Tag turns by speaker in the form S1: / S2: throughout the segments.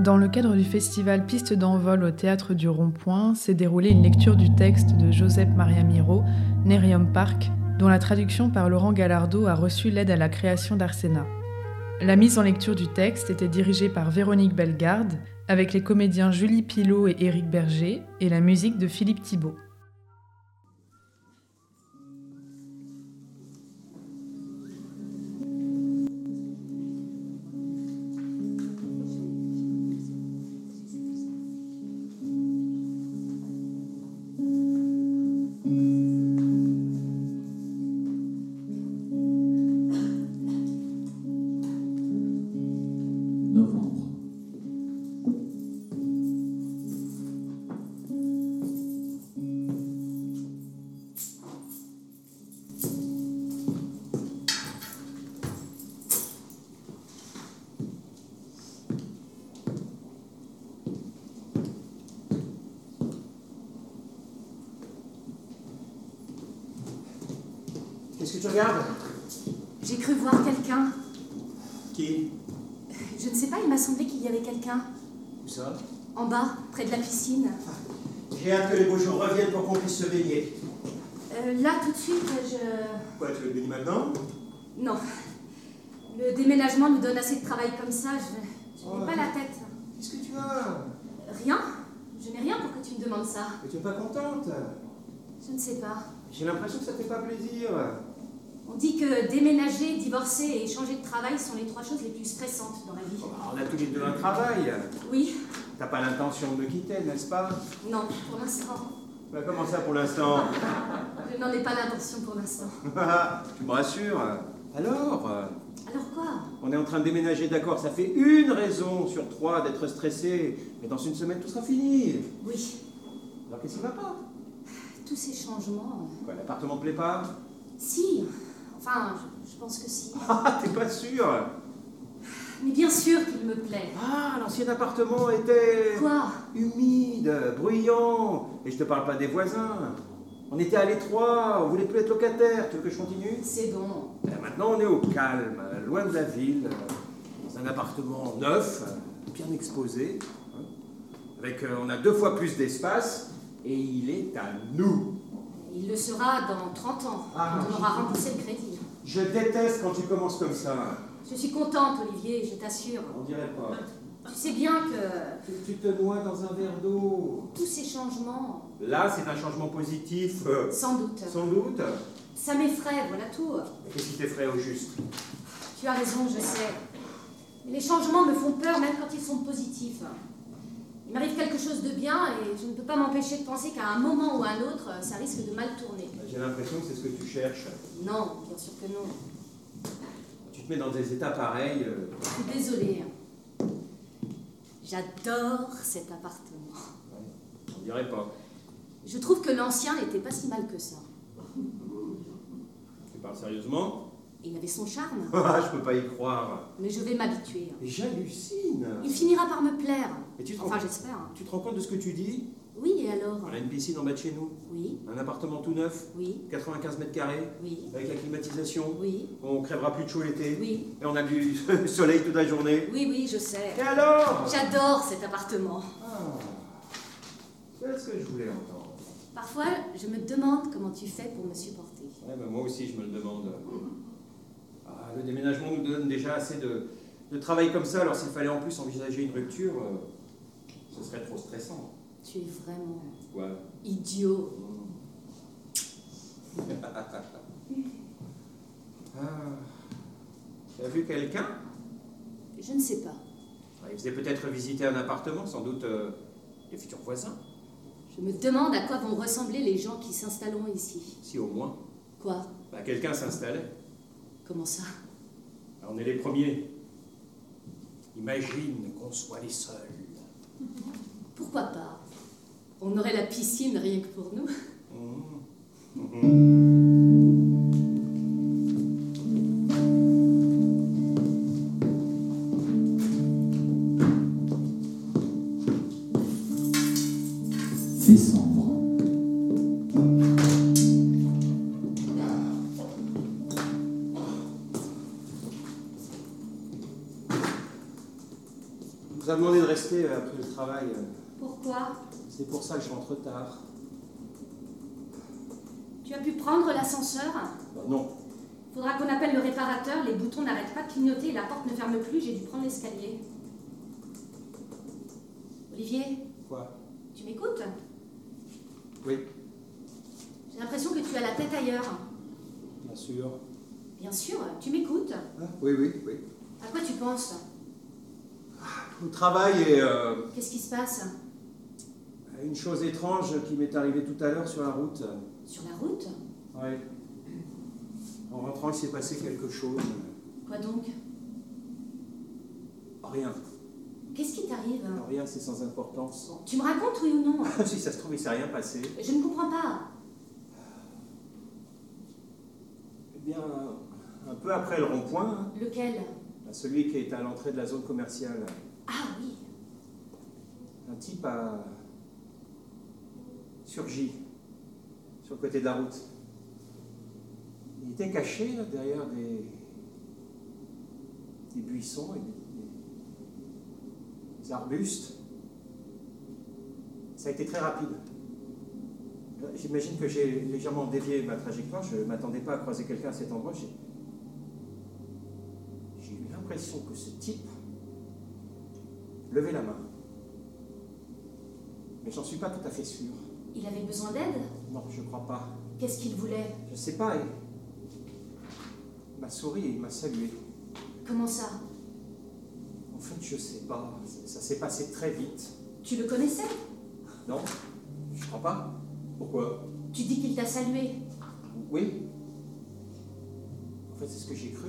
S1: Dans le cadre du festival Piste d'envol au théâtre du Rond-Point s'est déroulée une lecture du texte de Joseph Maria Miro, Nerium Park, dont la traduction par Laurent Gallardo a reçu l'aide à la création d'Arsena. La mise en lecture du texte était dirigée par Véronique Bellegarde, avec les comédiens Julie Pilot et Éric Berger, et la musique de Philippe Thibault.
S2: Qu'est-ce que tu regardes
S3: J'ai cru voir quelqu'un.
S2: Qui
S3: Je ne sais pas, il m'a semblé qu'il y avait quelqu'un.
S2: Où ça
S3: En bas, près de la piscine.
S2: J'ai hâte que les beaux jours reviennent pour qu'on puisse se baigner.
S3: Euh, là, tout de suite, je.
S2: Quoi, tu veux te baigner maintenant
S3: Non. Le déménagement nous donne assez de travail comme ça, je, je n'ai
S2: Oh.
S3: pas la tête.
S2: Qu'est-ce que tu as
S3: Rien Je n'ai rien pour que tu me demandes ça.
S2: Mais tu n'es pas contente
S3: Je ne sais pas.
S2: J'ai l'impression que ça ne fait pas plaisir.
S3: On dit que déménager, divorcer et changer de travail sont les trois choses les plus stressantes dans la vie.
S2: Bon, bah, on a tous les deux un travail.
S3: Oui
S2: T'as pas l'intention de le quitter, n'est-ce pas
S3: Non, pour l'instant.
S2: Bah, Comment ça pour l'instant
S3: Je n'en ai pas l'intention pour l'instant.
S2: Tu me rassures. Alors euh,
S3: Alors quoi
S2: on est en train de déménager, d'accord, ça fait une raison sur trois d'être stressé, mais dans une semaine tout sera fini.
S3: Oui,
S2: Alors qu'est-ce qui va pas
S3: tous ces changements.
S2: Quoi, L'appartement te plaît pas
S3: Si Enfin, je- je pense que si.
S2: Ah, t'es pas sûr
S3: Mais bien sûr qu'il me plaît.
S2: Ah, l'ancien appartement était
S3: Quoi
S2: humide, bruyant, et je te parle pas des voisins. On était à l'étroit, on voulait plus être locataire. Tu veux que je continue
S3: C'est bon.
S2: Euh, Maintenant, on est au calme, euh, loin de la ville, euh, dans un appartement neuf, euh, bien exposé, hein, avec euh, on a deux fois plus d'espace, et il est à nous.
S3: Il le sera dans 30 ans.
S2: Ah,
S3: quand on
S2: non.
S3: aura remboursé le crédit.
S2: Je déteste quand tu commences comme ça.
S3: Je suis contente, Olivier, je t'assure.
S2: On dirait pas.
S3: Tu sais bien que
S2: Tu, tu te noies dans un verre d'eau.
S3: tous ces changements,
S2: Là, c'est un changement positif. euh,
S3: sans doute,
S2: Sans doute.
S3: ça m'effraie, voilà tout.
S2: Qu'est-ce qui t'effraie au juste
S3: Tu as raison, je sais. Mais les changements me font peur même quand ils sont positifs. Il m'arrive quelque chose de bien et je ne peux pas m'empêcher de penser qu'à un moment ou à un autre, ça risque de mal tourner.
S2: Bah, J'ai l'impression que c'est ce que tu cherches.
S3: Non, bien sûr que non.
S2: Tu te mets dans des états pareils. euh,
S3: Je suis désolée. hein. J'adore cet appartement.
S2: on dirait pas.
S3: Je trouve que l'ancien n'était pas si mal que ça.
S2: Tu parles sérieusement
S3: Il avait son charme,
S2: Ah, Je peux pas y croire.
S3: mais je vais m'habituer. hein.
S2: Mais j'hallucine.
S3: Il finira par me plaire.
S2: Et tu te, rends,
S3: Enfin, j'espère. hein.
S2: tu te rends compte de ce que tu dis
S3: Oui, et alors
S2: On a une piscine en bas de chez nous,
S3: Oui,
S2: un appartement tout neuf,
S3: oui,
S2: 95 mètres carrés,
S3: oui,
S2: avec la climatisation.
S3: oui,
S2: On crèvera plus de chaud l'été.
S3: oui,
S2: Et on a du soleil toute la journée.
S3: oui, oui, je sais.
S2: Et alors
S3: J'adore cet appartement.
S2: Ah, C'est ce que je voulais entendre.
S3: Parfois, je me demande comment tu fais pour me supporter.
S2: Ouais, bah, moi aussi, je me le demande. Ah, le déménagement nous donne déjà assez de, de travail comme ça, alors s'il fallait en plus envisager une rupture, euh, ce serait trop stressant.
S3: Tu es vraiment
S2: Ouais.
S3: idiot.
S2: Ah. T'as vu quelqu'un
S3: Je ne sais pas.
S2: Ah, Il faisait peut-être visiter un appartement, sans doute euh, les futurs voisins,
S3: Je me demande à quoi vont ressembler les gens qui s'installeront ici.
S2: si au moins.
S3: Quoi
S2: Bah, quelqu'un s'installait.
S3: Comment ça
S2: Ah, on est les premiers. Imagine qu'on soit les seuls.
S3: Pourquoi pas On aurait la piscine rien que pour nous.
S4: Décembre.
S2: nous a demandé de rester euh, après le travail.
S3: Pourquoi
S2: C'est pour ça que je rentre tard.
S3: Tu as pu prendre l'ascenseur
S2: Ben non.
S3: Faudra qu'on appelle le réparateur, les boutons n'arrêtent pas de clignoter, la porte ne ferme plus, j'ai dû prendre l'escalier. Olivier,
S2: Quoi
S3: tu m'écoutes
S2: Oui,
S3: J'ai l'impression que tu as la tête ailleurs.
S2: bien sûr.
S3: Bien sûr, tu m'écoutes.
S2: Ah, oui, oui, oui.
S3: À quoi tu penses
S2: Au travail et euh,
S3: Qu'est-ce qui se passe
S2: une chose étrange qui m'est arrivée tout à l'heure sur la route.
S3: Sur la route
S2: Ouais. En rentrant, il s'est passé quelque chose.
S3: Quoi donc
S2: Rien.
S3: Qu'est-ce qui t'arrive
S2: Rien, c'est sans importance.
S3: Tu me racontes oui ou non
S2: si ça se trouve, il s'est rien passé.
S3: Je ne comprends pas.
S2: Eh bien, un peu après le rond-point,
S3: Lequel
S2: hein, celui qui est à l'entrée de la zone commerciale,
S3: Ah oui,
S2: un type a surgi sur le côté de la route. Il était caché là, derrière des, des buissons et des, des arbustes. Ça a été très rapide. Euh, J'imagine que j'ai légèrement dévié ma trajectoire. Je ne m'attendais pas à croiser quelqu'un à cet endroit. J'ai j'ai eu l'impression que ce type levait la main. Mais j'en suis pas tout à fait sûr.
S3: il avait besoin d'aide
S2: Non, je crois pas.
S3: Qu'est-ce qu'il voulait
S2: Je sais pas. Il il m'a souri et il m'a salué.
S3: Comment ça
S2: En fait, je sais pas. Ça s'est passé très vite.
S3: Tu le connaissais
S2: Non Je crois pas. Pourquoi
S3: Tu dis qu'il t'a salué.
S2: Oui. En fait, c'est ce que j'ai cru.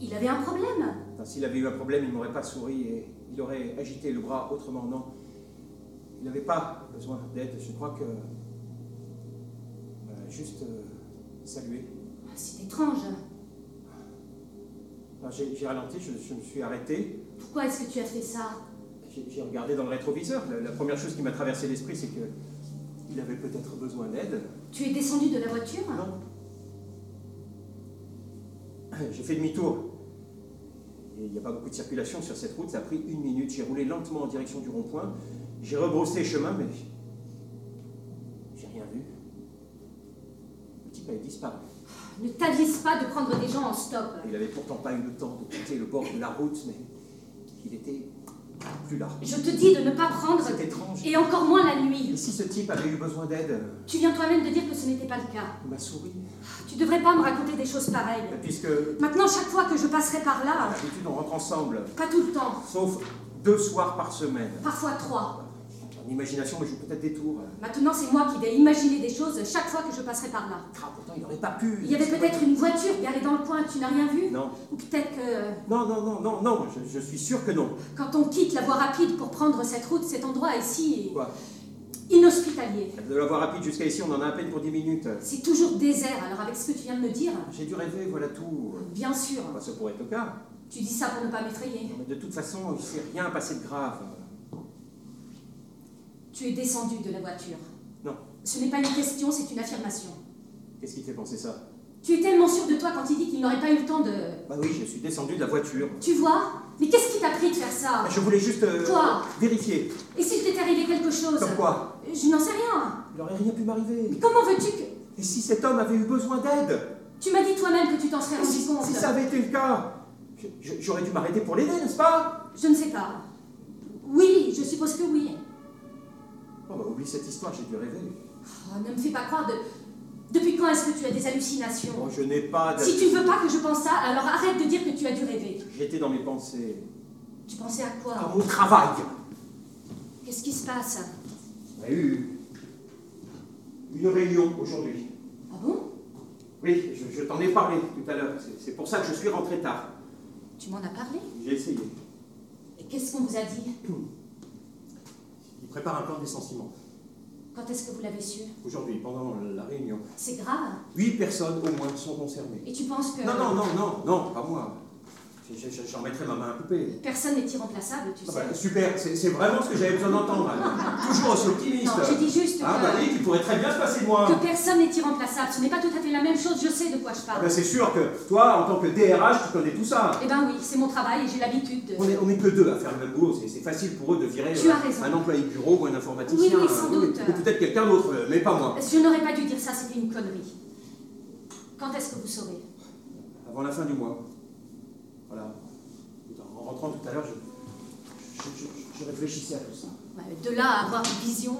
S3: Il avait un problème
S2: Enfin, S'il avait eu un problème, il m'aurait pas souri et il aurait agité le bras autrement. Non. Il n'avait pas besoin d'aide. Je crois que. euh, juste euh, saluer.
S3: Ah, C'est étrange.
S2: Enfin, j'ai j'ai ralenti, je- je me suis arrêté.
S3: Pourquoi est-ce que tu as fait ça
S2: J'ai j'ai regardé dans le rétroviseur. La, la première chose qui m'a traversé l'esprit, c'est que il avait peut-être besoin d'aide.
S3: Tu es descendu de la voiture
S2: Non. J'ai fait demi-tour. Et Il n'y a pas beaucoup de circulation sur cette route. Ça a pris une minute. J'ai roulé lentement en direction du rond-point. J'ai rebroussé chemin, mais j'ai rien vu. Le type avait disparu.
S3: Ne t'avise pas de prendre des gens en stop.
S2: Il avait pourtant pas eu le temps de quitter le bord de la route, mais il était plus là.
S3: Je te dis de ne pas prendre,
S2: C'est étrange.
S3: et encore moins la nuit.
S2: Et si ce type avait eu besoin d'aide, euh,
S3: Tu viens toi-même de dire que ce n'était pas le cas.
S2: il m'a souri.
S3: Tu devrais pas me raconter des choses pareilles.
S2: Puisque
S3: Maintenant, chaque fois que je passerai par là,
S2: d'habitude on rentre ensemble,
S3: pas tout le temps,
S2: sauf deux soirs par semaine.
S3: parfois trois.
S2: Mon imagination me joue peut-être des tours.
S3: Maintenant, c'est moi qui vais imaginer des choses chaque fois que je passerai par là.
S2: Ah, pourtant il n'aurait pas pu.
S3: Il y avait peut-être une voiture garée dans le coin, tu n'as rien vu
S2: Non,
S3: Ou peut-être que
S2: non, non, non, non, non. Je, je suis sûr que non.
S3: quand on quitte la voie rapide pour prendre cette route, cet endroit ici
S2: Quoi
S3: est inhospitalier.
S2: De la voie rapide jusqu'à ici, on en a à peine pour 10 minutes.
S3: C'est toujours désert, alors avec ce que tu viens de me dire,
S2: J'ai dû rêver, voilà tout.
S3: bien sûr,
S2: Enfin, ça pourrait être le cas.
S3: tu dis ça pour ne pas m'effrayer.
S2: Mais de toute façon, il ne s'est rien passé de grave.
S3: Tu es descendu de la voiture.
S2: Non.
S3: Ce n'est pas une question, c'est une affirmation.
S2: Qu'est-ce qui te fait penser ça
S3: Tu es tellement sûr de toi quand il dit qu'il n'aurait pas eu le temps de...
S2: Bah oui, je suis descendu de la voiture.
S3: Tu vois Mais qu'est-ce qui t'a pris de faire ça
S2: Je voulais juste euh,
S3: Quoi
S2: vérifier.
S3: Et si je t'étais arrivé quelque chose
S2: Comme quoi
S3: Je n'en sais rien.
S2: Il n'aurait rien pu m'arriver.
S3: Mais comment veux-tu que...
S2: Et si cet homme avait eu besoin d'aide
S3: Tu m'as dit toi-même que tu t'en serais
S2: Et Si,
S3: rendu compte.
S2: si ça avait été le cas, je- je- j'aurais dû m'arrêter pour l'aider, n'est-ce pas
S3: Je ne sais pas. Oui, je suppose que oui.
S2: Bon, bah, oublie cette histoire, j'ai dû rêver.
S3: Oh, ne me fais pas croire de... Depuis quand est-ce que tu as des
S2: Bon,
S3: hallucinations
S2: je n'ai pas. d'a-
S3: Si tu veux pas que je pense ça, alors arrête de dire que tu as dû rêver.
S2: J'étais dans mes pensées.
S3: Tu pensais à quoi
S2: À mon travail
S3: Qu'est-ce qui se passe Ah
S2: On a eu une réunion aujourd'hui.
S3: Ah bon
S2: Oui, je, je t'en ai parlé tout à l'heure. C'est- C'est pour ça que je suis rentré tard.
S3: Tu m'en as parlé
S2: J'ai essayé.
S3: Et qu'est-ce qu'on vous a dit
S2: Il prépare un plan de licenciement.
S3: Quand est-ce que vous l'avez su
S2: Aujourd'hui, pendant la réunion,
S3: C'est grave
S2: huit personnes au moins sont concernées.
S3: Euh. Et tu penses que...
S2: Non, non, non, non, non, pas moi. Je- je- J'en mettrai ma main à couper.
S3: Personne n'est irremplaçable, tu
S2: Ah
S3: sais.
S2: bah, super, c'est c'est vraiment ce que j'avais besoin d'entendre. Toujours aussi optimiste.
S3: non, je dis juste
S2: Ah
S3: que,
S2: bah oui, tu pourrais très bien se passer de moi.
S3: que personne n'est irremplaçable. Ce n'est pas tout à fait la même chose, je sais de quoi je
S2: Ah
S3: parle.
S2: bah, c'est sûr que toi, en tant que DRH, tu connais tout ça.
S3: Eh ben oui, c'est mon travail et j'ai l'habitude de...
S2: On est, on est que deux à faire le même boulot, c'est c'est facile pour eux de virer
S3: Tu
S2: euh,
S3: as raison.
S2: un employé de bureau ou un informaticien.
S3: Oui, oui, sans
S2: euh,
S3: doute.
S2: Ou peut-être quelqu'un d'autre, euh, mais pas moi.
S3: Je n'aurais pas dû dire ça, c'était une connerie. Quand est-ce que vous saurez
S2: Avant la fin du mois. Voilà. En rentrant tout à l'heure, je, je- je- je réfléchissais à tout ça.
S3: Ouais, De là à avoir une vision...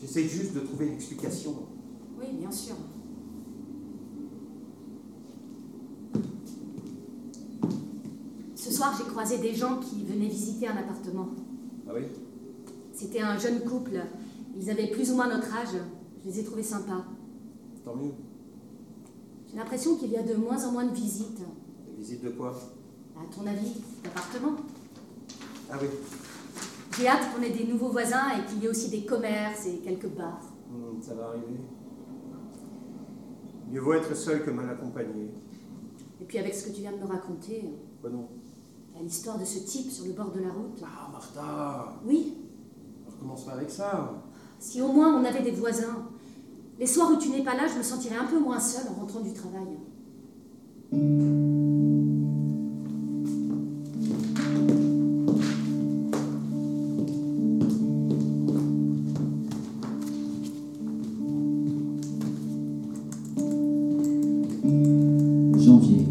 S2: J'essaie juste de trouver une explication.
S3: Oui, bien sûr. Ce soir, j'ai croisé des gens qui venaient visiter un appartement.
S2: Ah oui
S3: C'était un jeune couple. Ils avaient plus ou moins notre âge. Je les ai trouvés sympas.
S2: Tant mieux.
S3: J'ai l'impression qu'il y a de moins en moins de visites.
S2: Des visites de quoi
S3: À ton avis, d'appartements
S2: Ah oui.
S3: J'ai hâte qu'on ait des nouveaux voisins et qu'il y ait aussi des commerces et quelques bars.
S2: Hmm, ça va arriver. Mieux vaut être seul que mal accompagné.
S3: Et puis avec ce que tu viens de me raconter,
S2: Quoi non
S3: à l'histoire de ce type sur le bord de la route.
S2: Ah Martha
S3: Oui,
S2: On recommence pas avec ça.
S3: si au moins on avait des voisins. Les soirs où tu n'es pas là, je me sentirais un peu moins seule en rentrant du travail.
S4: Janvier.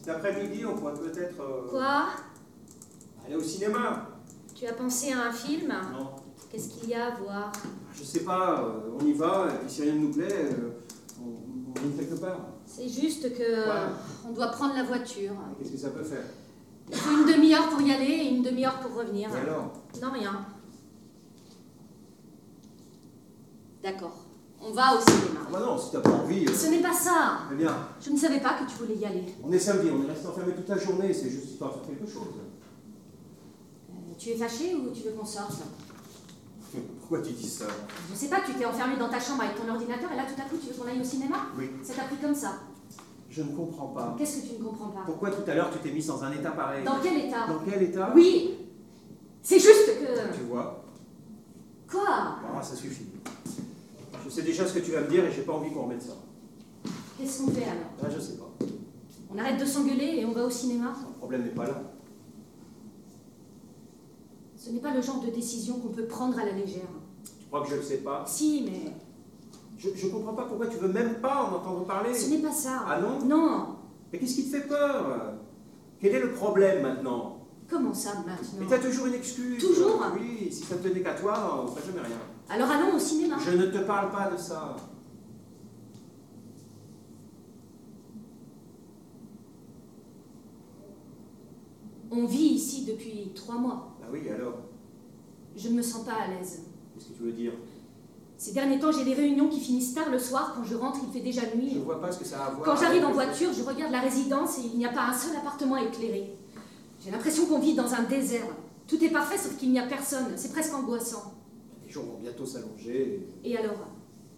S2: Cet après-midi, on pourrait peut-être euh,
S3: Quoi
S2: aller au cinéma.
S3: Tu as pensé à un film
S2: Non.
S3: Qu'est-ce qu'il y a à voir
S2: Je sais pas, euh, on y va, et puis si rien ne nous plaît, euh, on, on y quelque part.
S3: C'est juste que
S2: Ouais.
S3: on doit prendre la voiture.
S2: Qu'est-ce que ça peut faire
S3: Il faut une demi-heure pour y aller et une demi-heure pour revenir.
S2: Et alors
S3: Non, rien. D'accord. On va au cinéma.
S2: Ah bah non, si t'as pas envie. euh,
S3: Ce n'est pas ça.
S2: Eh bien,
S3: Je ne savais pas que tu voulais y aller.
S2: on est samedi, on est resté enfermé toute la journée, c'est juste histoire de faire quelque chose.
S3: Euh, tu es fâché ou tu veux qu'on sorte
S2: Pourquoi tu dis ça
S3: Je ne sais pas, tu t'es enfermé dans ta chambre avec ton ordinateur et là tout à coup tu veux qu'on aille au cinéma
S2: Oui,
S3: Ça t'a pris comme ça.
S2: je ne comprends pas.
S3: Qu'est-ce que tu ne comprends pas
S2: Pourquoi tout à l'heure tu t'es mise dans un état pareil
S3: Dans quel état
S2: Dans quel état
S3: Oui C'est juste que.
S2: Tu vois,
S3: Quoi
S2: Ah, ça suffit. Je sais déjà ce que tu vas me dire et j'ai pas envie qu'on remette ça.
S3: Qu'est-ce qu'on fait alors
S2: Là, je sais pas.
S3: On arrête de s'engueuler et on va au cinéma
S2: Le problème n'est pas là.
S3: Ce n'est pas le genre de décision qu'on peut prendre à la légère.
S2: Tu crois que je le sais pas
S3: Si, mais
S2: Je, je comprends pas pourquoi tu veux même pas en entendre parler.
S3: ce n'est pas ça.
S2: Ah non
S3: Non
S2: Mais qu'est-ce qui te fait peur Quel est le problème maintenant
S3: Comment ça
S2: Mais
S3: maintenant
S2: t'as toujours une excuse.
S3: Toujours
S2: Oui, si ça te tenait qu'à toi, on ferait jamais rien.
S3: Alors allons au cinéma.
S2: Je ne te parle pas de ça.
S3: On vit ici depuis trois mois.
S2: Ah oui, alors
S3: Je ne me sens pas à l'aise.
S2: Qu'est-ce que tu veux dire
S3: Ces derniers temps, j'ai des réunions qui finissent tard le soir. Quand je rentre, il fait déjà
S2: Je
S3: nuit.
S2: vois pas ce que ça a à voir.
S3: Quand j'arrive en
S2: avec-
S3: voiture, je regarde la résidence et il n'y a pas un seul appartement éclairé. J'ai l'impression qu'on vit dans un désert. Tout est parfait sauf qu'il n'y a personne. C'est presque angoissant.
S2: Les gens vont bientôt s'allonger.
S3: Et alors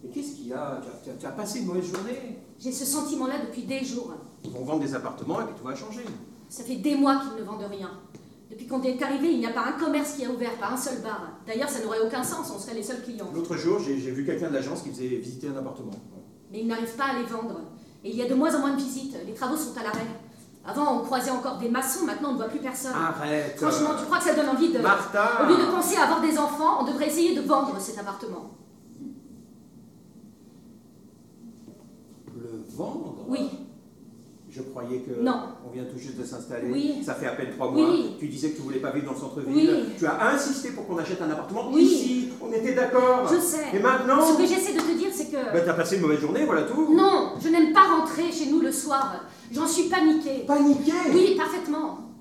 S2: Mais qu'est-ce qu'il y a tu as, tu as- tu as passé une mauvaise journée.
S3: J'ai ce sentiment-là depuis des jours.
S2: Ils vont vendre des appartements et puis tout va changer.
S3: Ça fait des mois qu'ils ne vendent rien. Depuis qu'on est arrivé, il n'y a pas un commerce qui a ouvert, pas un seul bar. D'ailleurs, ça n'aurait aucun sens, on serait les seuls clients.
S2: L'autre jour, j'ai j'ai vu quelqu'un de l'agence qui faisait visiter un appartement.
S3: Mais ils n'arrivent pas à les vendre. Et il y a de moins en moins de visites. Les travaux sont à l'arrêt. Avant, on croisait encore des maçons, maintenant on ne voit plus personne.
S2: Ah, Arrête
S3: Franchement, tu crois que ça donne envie de...
S2: Martha
S3: Au lieu de penser à avoir des enfants, on devrait essayer de vendre cet appartement.
S2: Le vendre
S3: Oui,
S2: Je croyais que
S3: Non.
S2: on vient tout juste de s'installer.
S3: Oui.
S2: Ça fait à peine trois
S3: Oui.
S2: mois. Tu disais que tu voulais pas vivre dans le centre-ville.
S3: Oui.
S2: Tu as insisté pour qu'on achète un appartement
S3: Oui.
S2: ici. On était d'accord.
S3: je sais.
S2: Et maintenant
S3: Ce que j'essaie de te dire, c'est que...
S2: Bah, t'as passé une mauvaise journée, voilà tout.
S3: Non, je n'aime pas rentrer chez nous le soir. J'en suis paniquée.
S2: Paniqué
S3: Oui, parfaitement.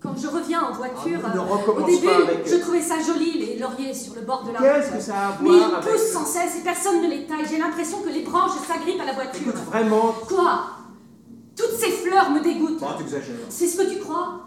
S3: Quand je reviens souviens, en voiture,
S2: Ah, ne
S3: euh,
S2: recommence
S3: au début,
S2: pas avec-
S3: je trouvais ça joli, les lauriers sur le bord de la
S2: Qu'est-ce
S3: route.
S2: que ça a à
S3: Mais
S2: voir
S3: ils
S2: avec-
S3: poussent sans cesse et personne ne les taille. J'ai l'impression que les branches s'agrippent à la voiture.
S2: Écoute, vraiment, oh,
S3: Quoi Toutes ces fleurs me dégoûtent.
S2: bon, t'exagères.
S3: C'est ce que tu crois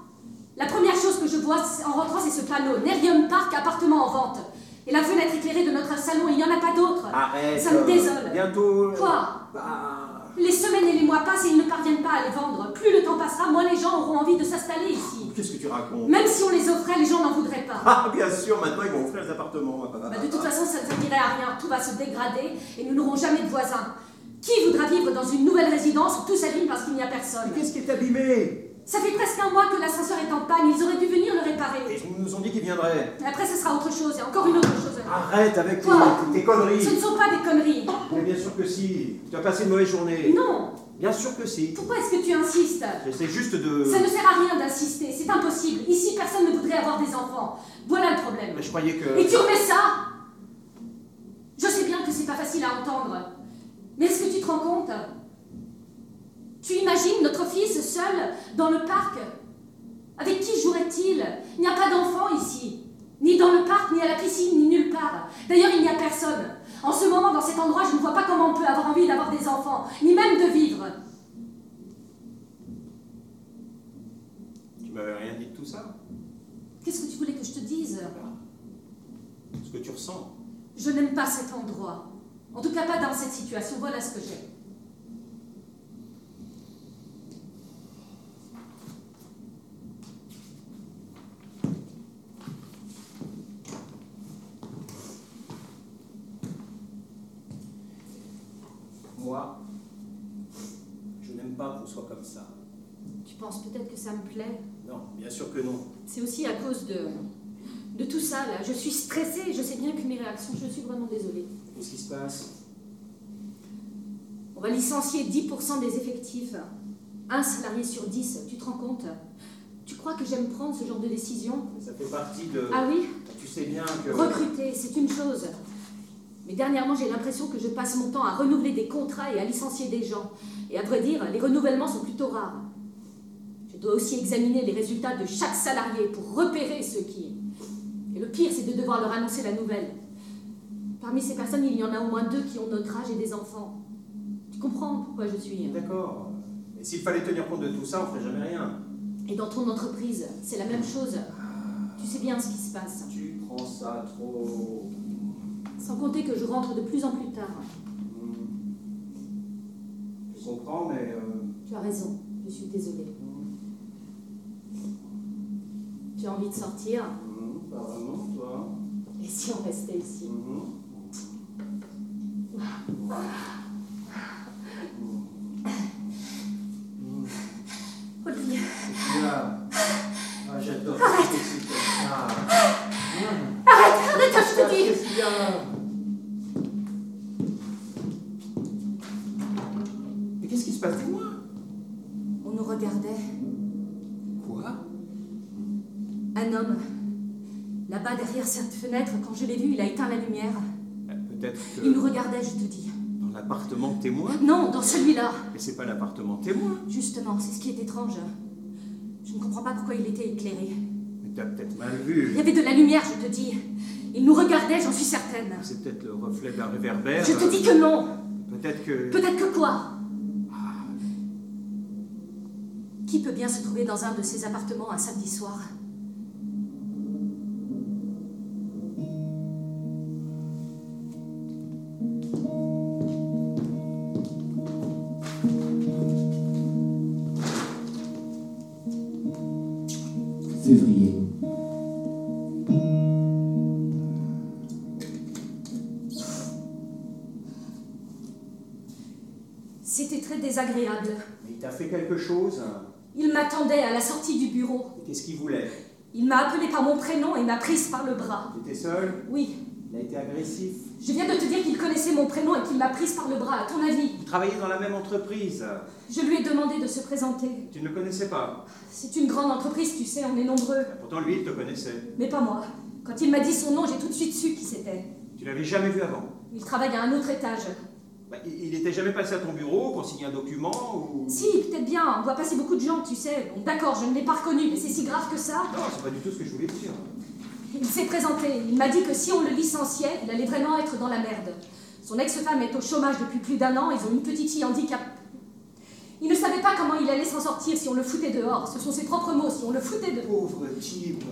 S3: La première chose que je vois c'est- en rentrant, c'est ce panneau. Nerium Park, appartement en vente. Et la fenêtre éclairée de notre salon, il n'y en a pas d'autre.
S2: Arrête.
S3: Ça me
S2: euh,
S3: désole.
S2: Bientôt.
S3: Quoi
S2: Bah,
S3: Les semaines et les mois passent et ils ne parviennent pas à les vendre. Plus le temps passera, moins les gens auront envie de s'installer ici.
S2: Qu'est-ce que tu racontes
S3: Même si on les offrait, les gens n'en voudraient pas.
S2: Ah, bien sûr, maintenant ils vont offrir les appartements.
S3: Bah, de toute façon, ça ne servirait à rien. Tout va se dégrader et nous n'aurons jamais de voisins. Qui voudra vivre dans une nouvelle résidence où tout s'abîme parce qu'il n'y a personne
S2: Mais qu'est-ce qui est abîmé
S3: Ça fait presque un mois que l'ascenseur est en panne. Ils auraient dû venir le réparer.
S2: Et Ils nous ont dit qu'ils viendraient.
S3: Après, ce sera autre chose et encore une autre chose.
S2: Arrête avec tes,
S3: Quoi
S2: tes conneries.
S3: Ce ne sont pas des conneries.
S2: Mais bien sûr que si. Tu as passé une mauvaise journée.
S3: Non.
S2: Bien sûr que si.
S3: Pourquoi est-ce que tu insistes
S2: J'essaie juste de.
S3: Ça ne sert à rien d'insister. C'est impossible. Ici, personne ne voudrait avoir des enfants. Voilà le problème.
S2: Mais je croyais que.
S3: Et tu remets ça Je sais bien que c'est pas facile à entendre. Mais est-ce que tu te rends compte Tu imagines notre fils seul dans le parc Avec qui jouerait-il Il n'y a pas d'enfant ici. Ni dans le parc, ni à la piscine, ni nulle part. D'ailleurs, il n'y a personne. En ce moment, dans cet endroit, je ne vois pas comment on peut avoir envie d'avoir des enfants, ni même de vivre.
S2: Tu m'avais rien dit de tout ça.
S3: Qu'est-ce que tu voulais que je te dise
S2: Ce que tu ressens.
S3: Je n'aime pas cet endroit. En tout cas, pas dans cette situation. Voilà ce que j'ai.
S2: Moi, je n'aime pas qu'on soit comme ça.
S3: Tu penses peut-être que ça me plaît
S2: Non, bien sûr que non.
S3: C'est aussi à cause de, de tout ça, là. Je suis stressée, je sais bien que mes réactions, je suis vraiment désolée.
S2: Qu'est-ce qui se passe
S3: On va licencier 10% des effectifs. Un salarié sur 10, tu te rends compte Tu crois que j'aime prendre ce genre de décision
S2: Ça fait partie de.
S3: Ah oui
S2: Tu sais bien que.
S3: Recruter, c'est une chose. Mais dernièrement, j'ai l'impression que je passe mon temps à renouveler des contrats et à licencier des gens. Et à vrai dire, les renouvellements sont plutôt rares. Je dois aussi examiner les résultats de chaque salarié pour repérer ceux qui. Et le pire, c'est de devoir leur annoncer la nouvelle. Parmi ces personnes, il y en a au moins deux qui ont notre âge et des enfants. Tu comprends pourquoi je suis. hein.
S2: D'accord. Et s'il fallait tenir compte de tout ça, on ferait jamais rien.
S3: Et dans ton entreprise, c'est la même chose. Tu sais bien ce qui se passe.
S2: Tu prends ça trop.
S3: Sans compter que je rentre de plus en plus tard.
S2: Je Hmm. comprends, mais. euh,
S3: Tu as raison, je suis désolée. Tu as envie de sortir
S2: hmm, Pas vraiment, toi.
S3: Et si on restait ici
S2: Mhm. Hmm. Hmm.
S3: Olivier,
S2: Là. Ah, j'adore quand tu t'excites comme ça. Arrête,
S3: arrête, je te dis.
S2: Qu'est-ce qu'il y a Mais qu'est-ce qui se passe Dis-moi
S3: on nous regardait.
S2: Quoi
S3: Un homme. Là-bas, derrière cette fenêtre, quand je l'ai vu, il a éteint la lumière.
S2: Euh, Peut-être
S3: Il nous regardait, je te dis.
S2: dans l'appartement témoin
S3: Non, dans celui-là.
S2: Mais c'est pas l'appartement témoin
S3: Justement, c'est ce qui est étrange. Je ne comprends pas pourquoi il était éclairé.
S2: Mais t'as peut-être mal
S3: Il
S2: vu.
S3: y avait de la lumière, je te dis. Il nous regardait, j'en suis certaine.
S2: C'est peut-être le reflet d'un réverbère.
S3: Je te dis que non.
S2: Peut-être que.
S3: Peut-être que quoi Qui peut bien se trouver dans un de ces appartements un samedi soir
S4: février.
S3: C'était très désagréable.
S2: Mais il t'a fait quelque chose hein.
S3: Il m'attendait à la sortie du bureau.
S2: Qu'est-ce qu'il voulait
S3: Il m'a appelée par mon prénom et m'a prise par le bras.
S2: T'étais seul
S3: Oui,
S2: Il a été agressif
S3: je viens de te dire qu'il connaissait mon prénom et qu'il m'a prise par le bras, à ton avis.
S2: Vous travaillez dans la même entreprise.
S3: Je lui ai demandé de se présenter.
S2: Tu ne le connaissais pas.
S3: C'est une grande entreprise, tu sais, on est nombreux.
S2: Pourtant, lui, il te connaissait.
S3: Mais pas moi. Quand il m'a dit son nom, j'ai tout de suite su qui c'était.
S2: Tu l'avais jamais vu avant.
S3: Il travaille à un autre étage.
S2: Bah, il- il n'était jamais passé à ton bureau pour signer un document ou...
S3: Si, peut-être bien, on voit passer beaucoup de gens, tu sais. Bon, d'accord, je ne l'ai pas reconnu, mais c'est si grave que ça.
S2: Non, c'est pas du tout ce que je voulais dire.
S3: Il s'est présenté, il m'a dit que si on le licenciait, il allait vraiment être dans la merde. Son ex-femme est au chômage depuis plus d'un an, ils ont une petite fille handicap. Il ne savait pas comment il allait s'en sortir si on le foutait dehors. Ce sont ses propres mots, si on le foutait dehors.
S2: Pauvre type.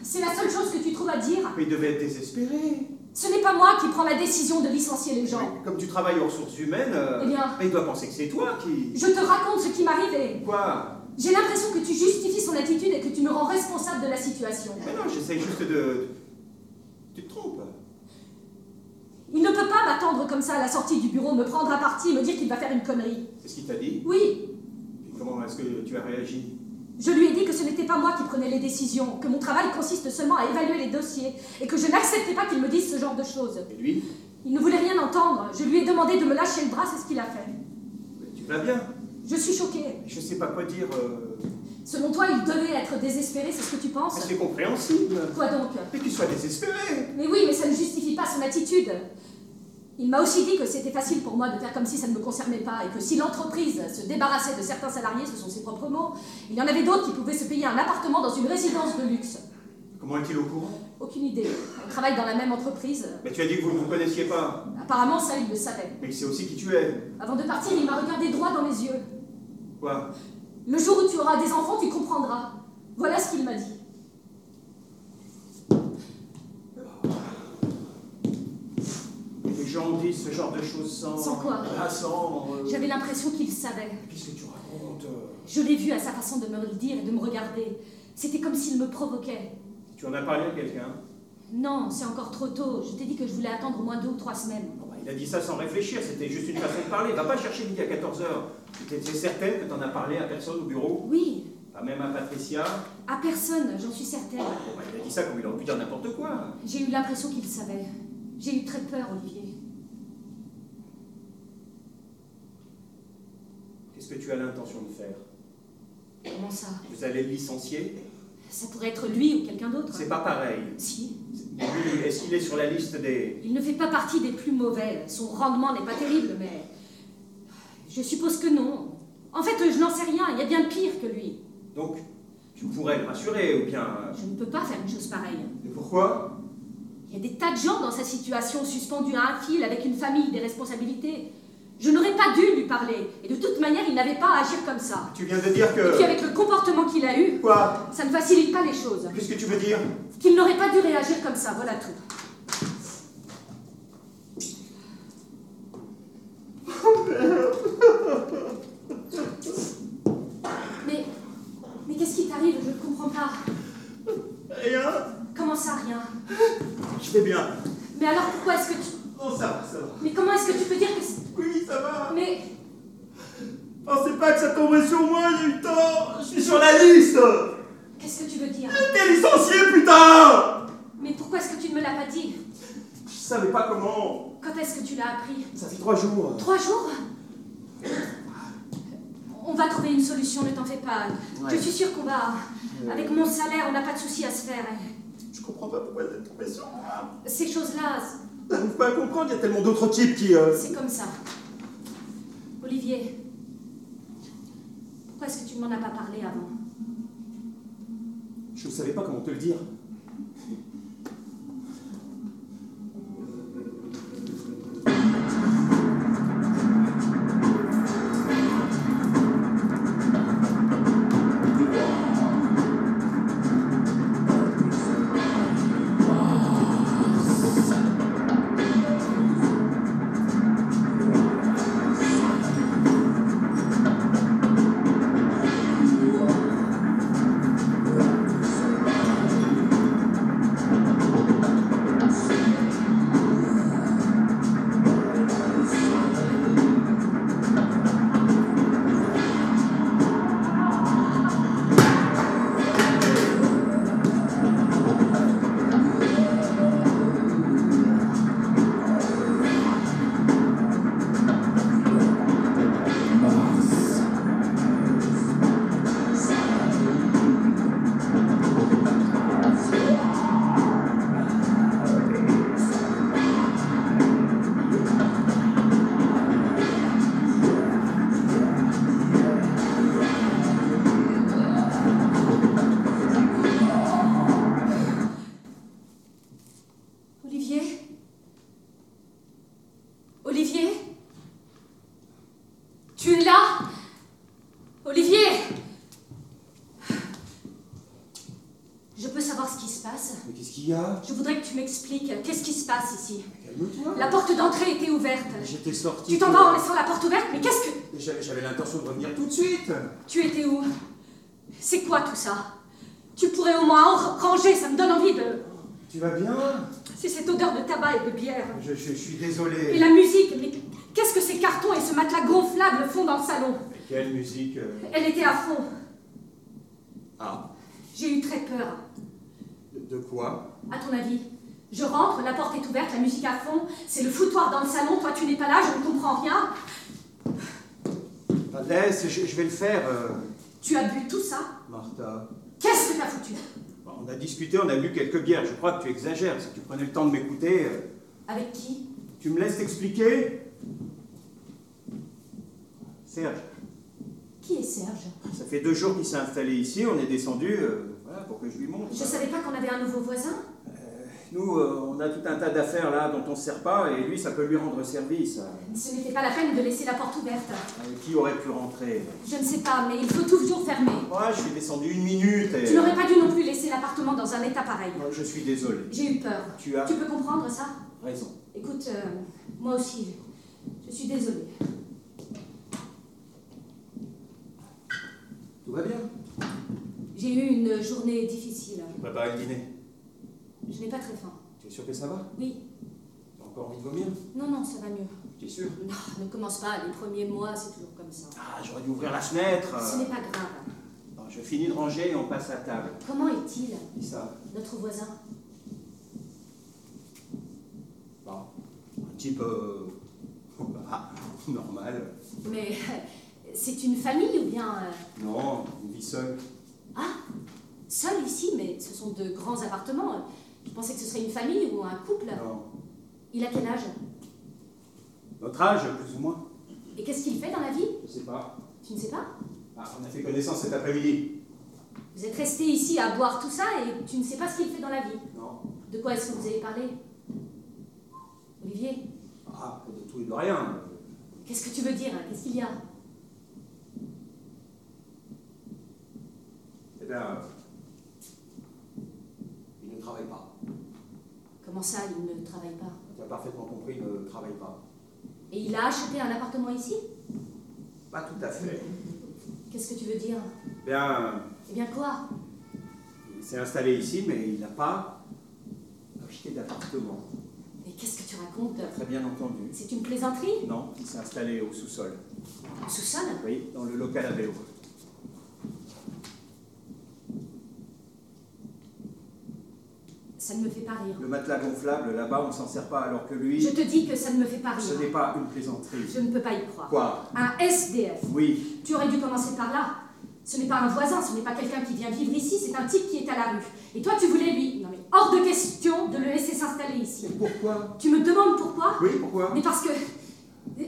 S3: C'est la seule chose que tu trouves à dire.
S2: Mais il devait être désespéré.
S3: Ce n'est pas moi qui prends la décision de licencier les gens.
S2: Mais Comme tu travailles aux ressources humaines, euh,
S3: Eh bien.
S2: il doit penser que c'est toi qui...
S3: Je te raconte ce qui m'arrive et
S2: Quoi
S3: j'ai l'impression que tu justifies son attitude et que tu me rends responsable de la situation.
S2: Mais non, j'essaye juste de... Tu te trompes.
S3: Il ne peut pas m'attendre comme ça à la sortie du bureau, me prendre à partie et me dire qu'il va faire une connerie.
S2: C'est ce qu'il t'a dit
S3: Oui,
S2: Et Comment est-ce que tu as réagi
S3: je lui ai dit que ce n'était pas moi qui prenais les décisions, que mon travail consiste seulement à évaluer les dossiers et que je n'acceptais pas qu'il me dise ce genre de choses.
S2: Et lui
S3: Il ne voulait rien entendre. Je lui ai demandé de me lâcher le bras, c'est ce qu'il a fait.
S2: Mais bah, Tu vas bien
S3: Je suis choquée.
S2: Je sais pas quoi dire. euh,
S3: Selon toi, il devait être désespéré, c'est ce que tu penses
S2: C'est compréhensible.
S3: Quoi donc
S2: Mais qu'il soit désespéré
S3: Mais oui, mais ça ne justifie pas son attitude. Il m'a aussi dit que c'était facile pour moi de faire comme si ça ne me concernait pas et que si l'entreprise se débarrassait de certains salariés, ce sont ses propres mots, il y en avait d'autres qui pouvaient se payer un appartement dans une résidence de luxe.
S2: Comment est-il au courant
S3: Aucune idée. On travaille dans la même entreprise.
S2: Mais tu as dit que vous ne vous connaissiez pas.
S3: Apparemment, ça, il le savait.
S2: Mais il sait aussi qui tu es.
S3: Avant de partir, il m'a regardé droit dans les yeux.
S2: Quoi
S3: Le jour où tu auras des enfants, tu comprendras. Voilà ce qu'il m'a dit.
S2: Les gens disent ce genre de choses sans...
S3: Sans quoi
S2: Ah, sans... euh,
S3: J'avais l'impression qu'il savait.
S2: Qu'est-ce que tu racontes euh
S3: Je l'ai vu à sa façon de me le dire et de me regarder. C'était comme s'il me provoquait.
S2: Tu en as parlé à quelqu'un
S3: Non, c'est encore trop tôt. Je t'ai dit que je voulais attendre au moins deux ou trois semaines.
S2: Bon, bah, Il a dit ça sans réfléchir, c'était juste une façon de parler. Va pas chercher midi à 14h. Tu es certaine que t'en as parlé à personne au bureau
S3: Oui,
S2: Pas même à Patricia
S3: à personne, j'en suis certaine.
S2: Bon, bah, Il a dit ça comme il aurait pu dire n'importe quoi.
S3: J'ai eu l'impression qu'il savait. J'ai eu très peur, Olivier.
S2: Qu'est-ce que tu as l'intention de faire
S3: Comment ça
S2: Vous allez le licencier
S3: Ça pourrait être lui ou quelqu'un d'autre.
S2: C'est pas pareil.
S3: Si.
S2: Lui, est-ce qu'il est sur la liste des...
S3: Il ne fait pas partie des plus mauvais. Son rendement n'est pas terrible, mais. Je suppose que non. En fait, je n'en sais rien. Il y a bien pire que lui.
S2: Donc, tu pourrais le rassurer ou bien... euh,
S3: Je ne peux pas faire une chose pareille.
S2: Mais pourquoi
S3: Il y a des tas de gens dans sa situation suspendus à un fil avec une famille, des responsabilités. Je n'aurais pas dû lui parler. Et de toute manière, il n'avait pas à agir comme ça.
S2: Tu viens de dire
S3: Et puis
S2: que...
S3: avec le comportement qu'il a eu,
S2: Quoi
S3: ça ne facilite pas les choses.
S2: Qu'est-ce que tu veux dire
S3: Qu'il n'aurait pas dû réagir comme ça, voilà tout. Mais, mais qu'est-ce qui t'arrive Je ne comprends pas.
S2: Rien.
S3: Comment ça, rien
S2: Je vais bien.
S3: Mais alors pourquoi est-ce que tu...
S2: Non, ça va, ça va.
S3: Mais comment est-ce que tu peux dire que... c'est-
S2: Oui, ça va.
S3: Mais...
S2: Je pensais pas que ça tomberait sur moi, j'ai eu tort. Je suis sur la liste.
S3: Qu'est-ce que tu veux dire
S2: T'es licencié, putain
S3: Mais pourquoi est-ce que tu ne me l'as pas dit
S2: Je savais pas comment.
S3: Quand est-ce que tu l'as appris
S2: Ça fait trois jours.
S3: Trois jours On va trouver une solution, ne t'en fais pas. Je suis sûre qu'on va. Avec mon salaire, on n'a pas de souci à se faire.
S2: Je comprends pas pourquoi t'es tombé sur moi.
S3: Ces choses-là,
S2: T'arrives pas à comprendre, il y a tellement d'autres types qui... euh,
S3: c'est comme ça. Olivier, pourquoi est-ce que tu ne m'en as pas parlé avant
S2: Je ne savais pas comment te le dire.
S4: Wow.
S3: ce qui se passe.
S2: Mais qu'est-ce qu'il y a
S3: Je voudrais que tu m'expliques euh, qu'est-ce qui se passe ici.
S2: Calme-toi.
S3: La porte d'entrée était ouverte.
S2: J'étais sorti.
S3: Tu t'en vas en laissant la porte ouverte, mais qu'est-ce que...
S2: J'avais j'avais l'intention de revenir tout de suite.
S3: Tu étais où C'est quoi tout ça Tu pourrais au moins en ranger, ça me donne envie de...
S2: Tu vas bien
S3: C'est cette odeur de tabac et de bière.
S2: je, je- je suis
S3: Et
S2: désolé.
S3: la musique, mais qu'est-ce que ces cartons et ce matelas gonflable font dans le salon
S2: Mais Quelle musique euh.
S3: Elle était à fond.
S2: Ah,
S3: J'ai eu très peur.
S2: de, de quoi
S3: À ton avis Je rentre, la porte est ouverte, la musique à fond, c'est le foutoir dans le salon, toi tu n'es pas là, je ne comprends rien.
S2: Ah, Laisse, je, je vais le faire, euh,
S3: Tu as bu tout ça
S2: Martha.
S3: Qu'est-ce que t'as foutu
S2: Bon, on a discuté, on a bu quelques bières. Je crois que tu exagères. Si tu prenais le temps de m'écouter, euh,
S3: Avec qui
S2: tu me laisses t'expliquer Serge,
S3: Qui est Serge
S2: ça fait deux jours qu'il s'est installé ici. On est descendu euh, voilà, pour que je lui montre.
S3: Je savais pas qu'on avait un nouveau voisin.
S2: Nous, euh, on a tout un tas d'affaires là dont on ne sert pas et lui, ça peut lui rendre service. Euh,
S3: Ce n'était pas la peine de laisser la porte ouverte.
S2: qui aurait pu rentrer
S3: Je ne sais pas, mais il faut toujours fermer.
S2: Moi, je suis descendu une minute et...
S3: Tu n'aurais pas dû non plus laisser l'appartement dans un état pareil.
S2: Moi, Je suis désolé.
S3: J'ai eu peur.
S2: Tu as
S3: Tu peux comprendre ça
S2: raison.
S3: Écoute, euh, moi aussi, je suis désolée.
S2: Tout va bien
S3: J'ai eu une journée difficile.
S2: Bah bah, le dîner.
S3: Je n'ai pas très faim.
S2: Tu es sûr que ça va
S3: Oui,
S2: T'as encore envie de vomir
S3: non, non, ça va mieux.
S2: Tu es sûr
S3: Non, ne commence pas, les premiers mois, c'est toujours comme ça.
S2: Ah, j'aurais dû ouvrir la fenêtre.
S3: Ce n'est pas grave.
S2: Non, je finis de ranger et on passe à table.
S3: Comment est-il,
S2: Qui ça
S3: notre voisin
S2: Bah, un type... euh, bah, normal.
S3: Mais c'est une famille ou bien... euh,
S2: Non, il vit seul.
S3: Ah Seul ici, mais ce sont de grands appartements. Je pensais que ce serait une famille ou un couple.
S2: Non.
S3: Il a quel âge
S2: Notre âge, plus ou moins
S3: Et qu'est-ce qu'il fait dans la vie
S2: Je sais pas.
S3: Tu ne sais pas
S2: Ah, on a fait connaissance cet après-midi.
S3: Vous êtes resté ici à boire tout ça et tu ne sais pas ce qu'il fait dans la vie.
S2: Non.
S3: De quoi est-ce que vous avez parlé Olivier,
S2: Ah, pas de tout et de rien. Euh,
S3: qu'est-ce que tu veux dire Qu'est-ce qu'il y a
S2: Eh bien... euh, Il ne travaille pas.
S3: Comment ça, il ne travaille pas
S2: Tu as parfaitement compris, il ne travaille pas.
S3: Et il a acheté un appartement ici
S2: Pas tout à fait.
S3: Qu'est-ce que tu veux dire
S2: Bien,
S3: Eh bien quoi
S2: il s'est installé ici, mais il n'a pas acheté d'appartement.
S3: Mais qu'est-ce que tu racontes
S2: Très bien entendu.
S3: C'est une plaisanterie
S2: Non, il s'est installé au sous-sol.
S3: Au Sous-sol
S2: Oui, dans le local à vélo.
S3: Ça ne me fait pas rire.
S2: Le matelas gonflable, là-bas, on s'en sert pas, alors que lui,
S3: Je te dis que ça ne me fait pas
S2: ce n'est
S3: rire.
S2: pas une plaisanterie.
S3: Je ne peux pas y croire.
S2: Quoi
S3: Un SDF.
S2: Oui,
S3: Tu aurais dû commencer par là. Ce n'est pas un voisin, ce n'est pas quelqu'un qui vient vivre ici, c'est un type qui est à la rue. Et toi, tu voulais lui. Non mais hors de question de le laisser s'installer ici.
S2: pourquoi
S3: Tu me demandes pourquoi
S2: Oui, pourquoi
S3: Mais parce que.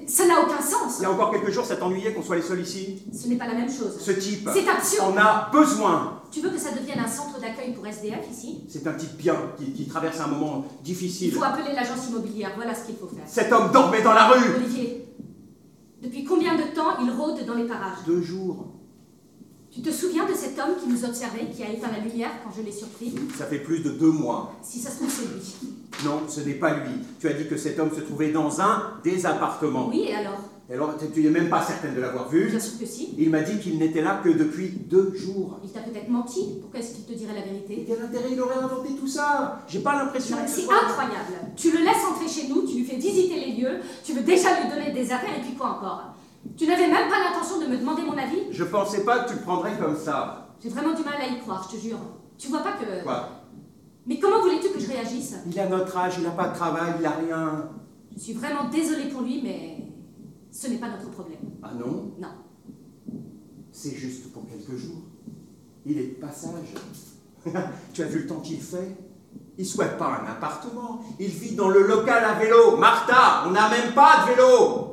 S3: Ça n'a aucun sens.
S2: Il y a encore quelques jours, ça t'ennuyait qu'on soit les seuls ici
S3: Ce n'est pas la même chose.
S2: Ce type,
S3: C'est absurde.
S2: on a besoin
S3: Tu veux que ça devienne un centre d'accueil pour SDF ici
S2: C'est un type bien, qui, qui traverse un moment
S3: Il
S2: difficile.
S3: faut appeler l'agence immobilière, voilà ce qu'il faut faire.
S2: Cet homme dormait dans la rue
S3: Olivier, depuis combien de temps il rôde dans les parages
S2: Deux jours.
S3: Tu te souviens de cet homme qui nous observait, qui a éteint la lumière quand je l'ai surpris
S2: Ça fait plus de deux mois.
S3: Si ça se trouve, c'est lui.
S2: Non, ce n'est pas lui. Tu as dit que cet homme se trouvait dans un des appartements.
S3: Oui, et alors
S2: Et Alors, tu- tu n'es même pas certaine de l'avoir vu.
S3: Bien sûr que si.
S2: Il m'a dit qu'il n'était là que depuis deux jours.
S3: Il t'a peut-être menti. Pourquoi est-ce qu'il te dirait la
S2: Et
S3: vérité
S2: quel intérêt il aurait inventé tout ça J'ai pas l'impression
S3: Non, mais
S2: que ce
S3: Bah, C'est
S2: soit-
S3: incroyable. Tu le laisses entrer chez nous, tu lui fais visiter les lieux, tu veux déjà lui donner des affaires et puis quoi encore Tu n'avais même pas l'intention de me demander mon avis
S2: Je pensais pas que tu le prendrais comme ça.
S3: J'ai vraiment du mal à y croire, je te jure. Tu vois pas que.
S2: Quoi
S3: Mais comment voulais-tu que je réagisse
S2: Il a notre âge, il n'a pas de travail, il n'a rien.
S3: Je suis vraiment désolée pour lui, mais ce n'est pas notre problème.
S2: Ah non
S3: Non.
S2: C'est juste pour quelques jours. Il est de passage. tu as vu le temps qu'il fait Il souhaite pas un appartement. Il vit dans le local à vélo. Martha, on n'a même pas de vélo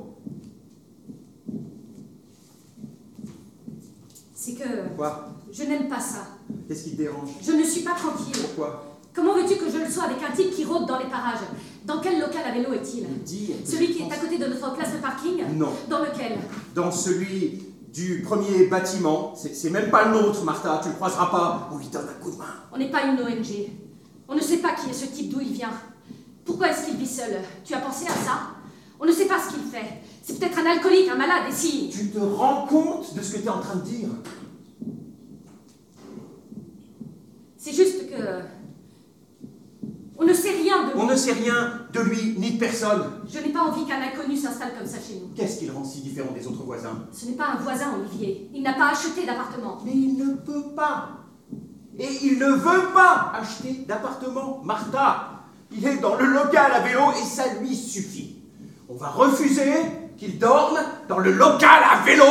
S3: C'est que
S2: Quoi
S3: je n'aime pas ça.
S2: Qu'est-ce qui te dérange
S3: Je ne suis pas tranquille.
S2: Pourquoi
S3: Comment veux-tu que je le sois avec un type qui rôde dans les parages Dans quel local à vélo est-il
S2: Dis.
S3: Celui qui est à côté de notre place de parking
S2: Non,
S3: Dans lequel
S2: dans celui du premier bâtiment. C'est c'est même pas le nôtre, Martha, tu le croiseras pas. On lui donne un coup de main.
S3: On n'est pas une ONG. On ne sait pas qui est ce type, d'où il vient. Pourquoi est-ce qu'il vit seul Tu as pensé à ça On ne sait pas ce qu'il fait. C'est peut-être un alcoolique, un malade, et si...
S2: Tu te rends compte de ce que tu es en train de dire
S3: C'est juste que... On ne sait rien de
S2: On ne sait rien de lui ni de personne.
S3: Je n'ai pas envie qu'un inconnu s'installe comme ça chez nous.
S2: Qu'est-ce qui le rend si différent des autres voisins
S3: Ce n'est pas un voisin, Olivier. Il n'a pas acheté d'appartement.
S2: Mais il ne peut pas. Et il ne veut pas acheter d'appartement, Martha. Il est dans le local à vélo et ça lui suffit. On va refuser qu'il dorme dans le local à vélo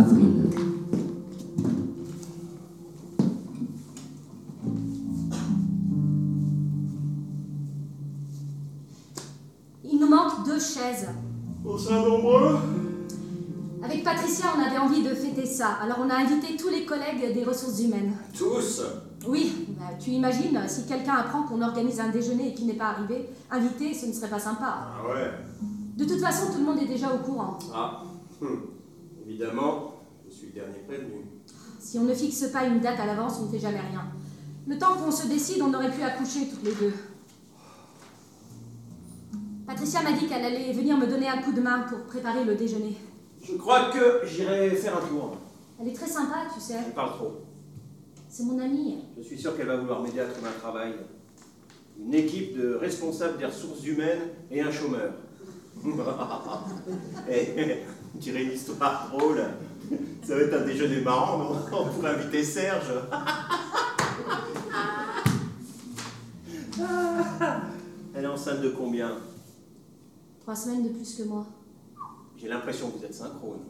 S4: avril,
S3: Il nous manque deux chaises.
S5: Au sein nombreux
S3: Avec Patricia, on avait envie de fêter ça. Alors on a invité tous les collègues des ressources humaines.
S2: Tous
S3: Oui, bah, tu imagines, si quelqu'un apprend qu'on organise un déjeuner et qu'il n'est pas arrivé, invité, ce ne serait pas sympa.
S2: Ah ouais
S3: De toute façon, tout le monde est déjà au courant.
S2: Ah Évidemment, je suis le dernier prévenu.
S3: Si on ne fixe pas une date à l'avance, on ne fait jamais rien. Le temps qu'on se décide, on aurait pu accoucher toutes les deux. Patricia m'a dit qu'elle allait venir me donner un coup de main pour préparer le déjeuner.
S2: Je crois que j'irai faire un tour.
S3: Elle est très sympa, tu sais.
S2: Elle parle trop.
S3: C'est mon amie.
S2: Je suis sûr qu'elle va vouloir m'aider à trouver un travail. Une équipe de responsables des ressources humaines et un chômeur. Eh, on dirait une histoire drôle. Ça va être un déjeuner marrant, non On pourrait inviter Serge. Elle est enceinte de combien
S3: Trois semaines de plus que moi.
S2: J'ai l'impression que vous êtes synchrone.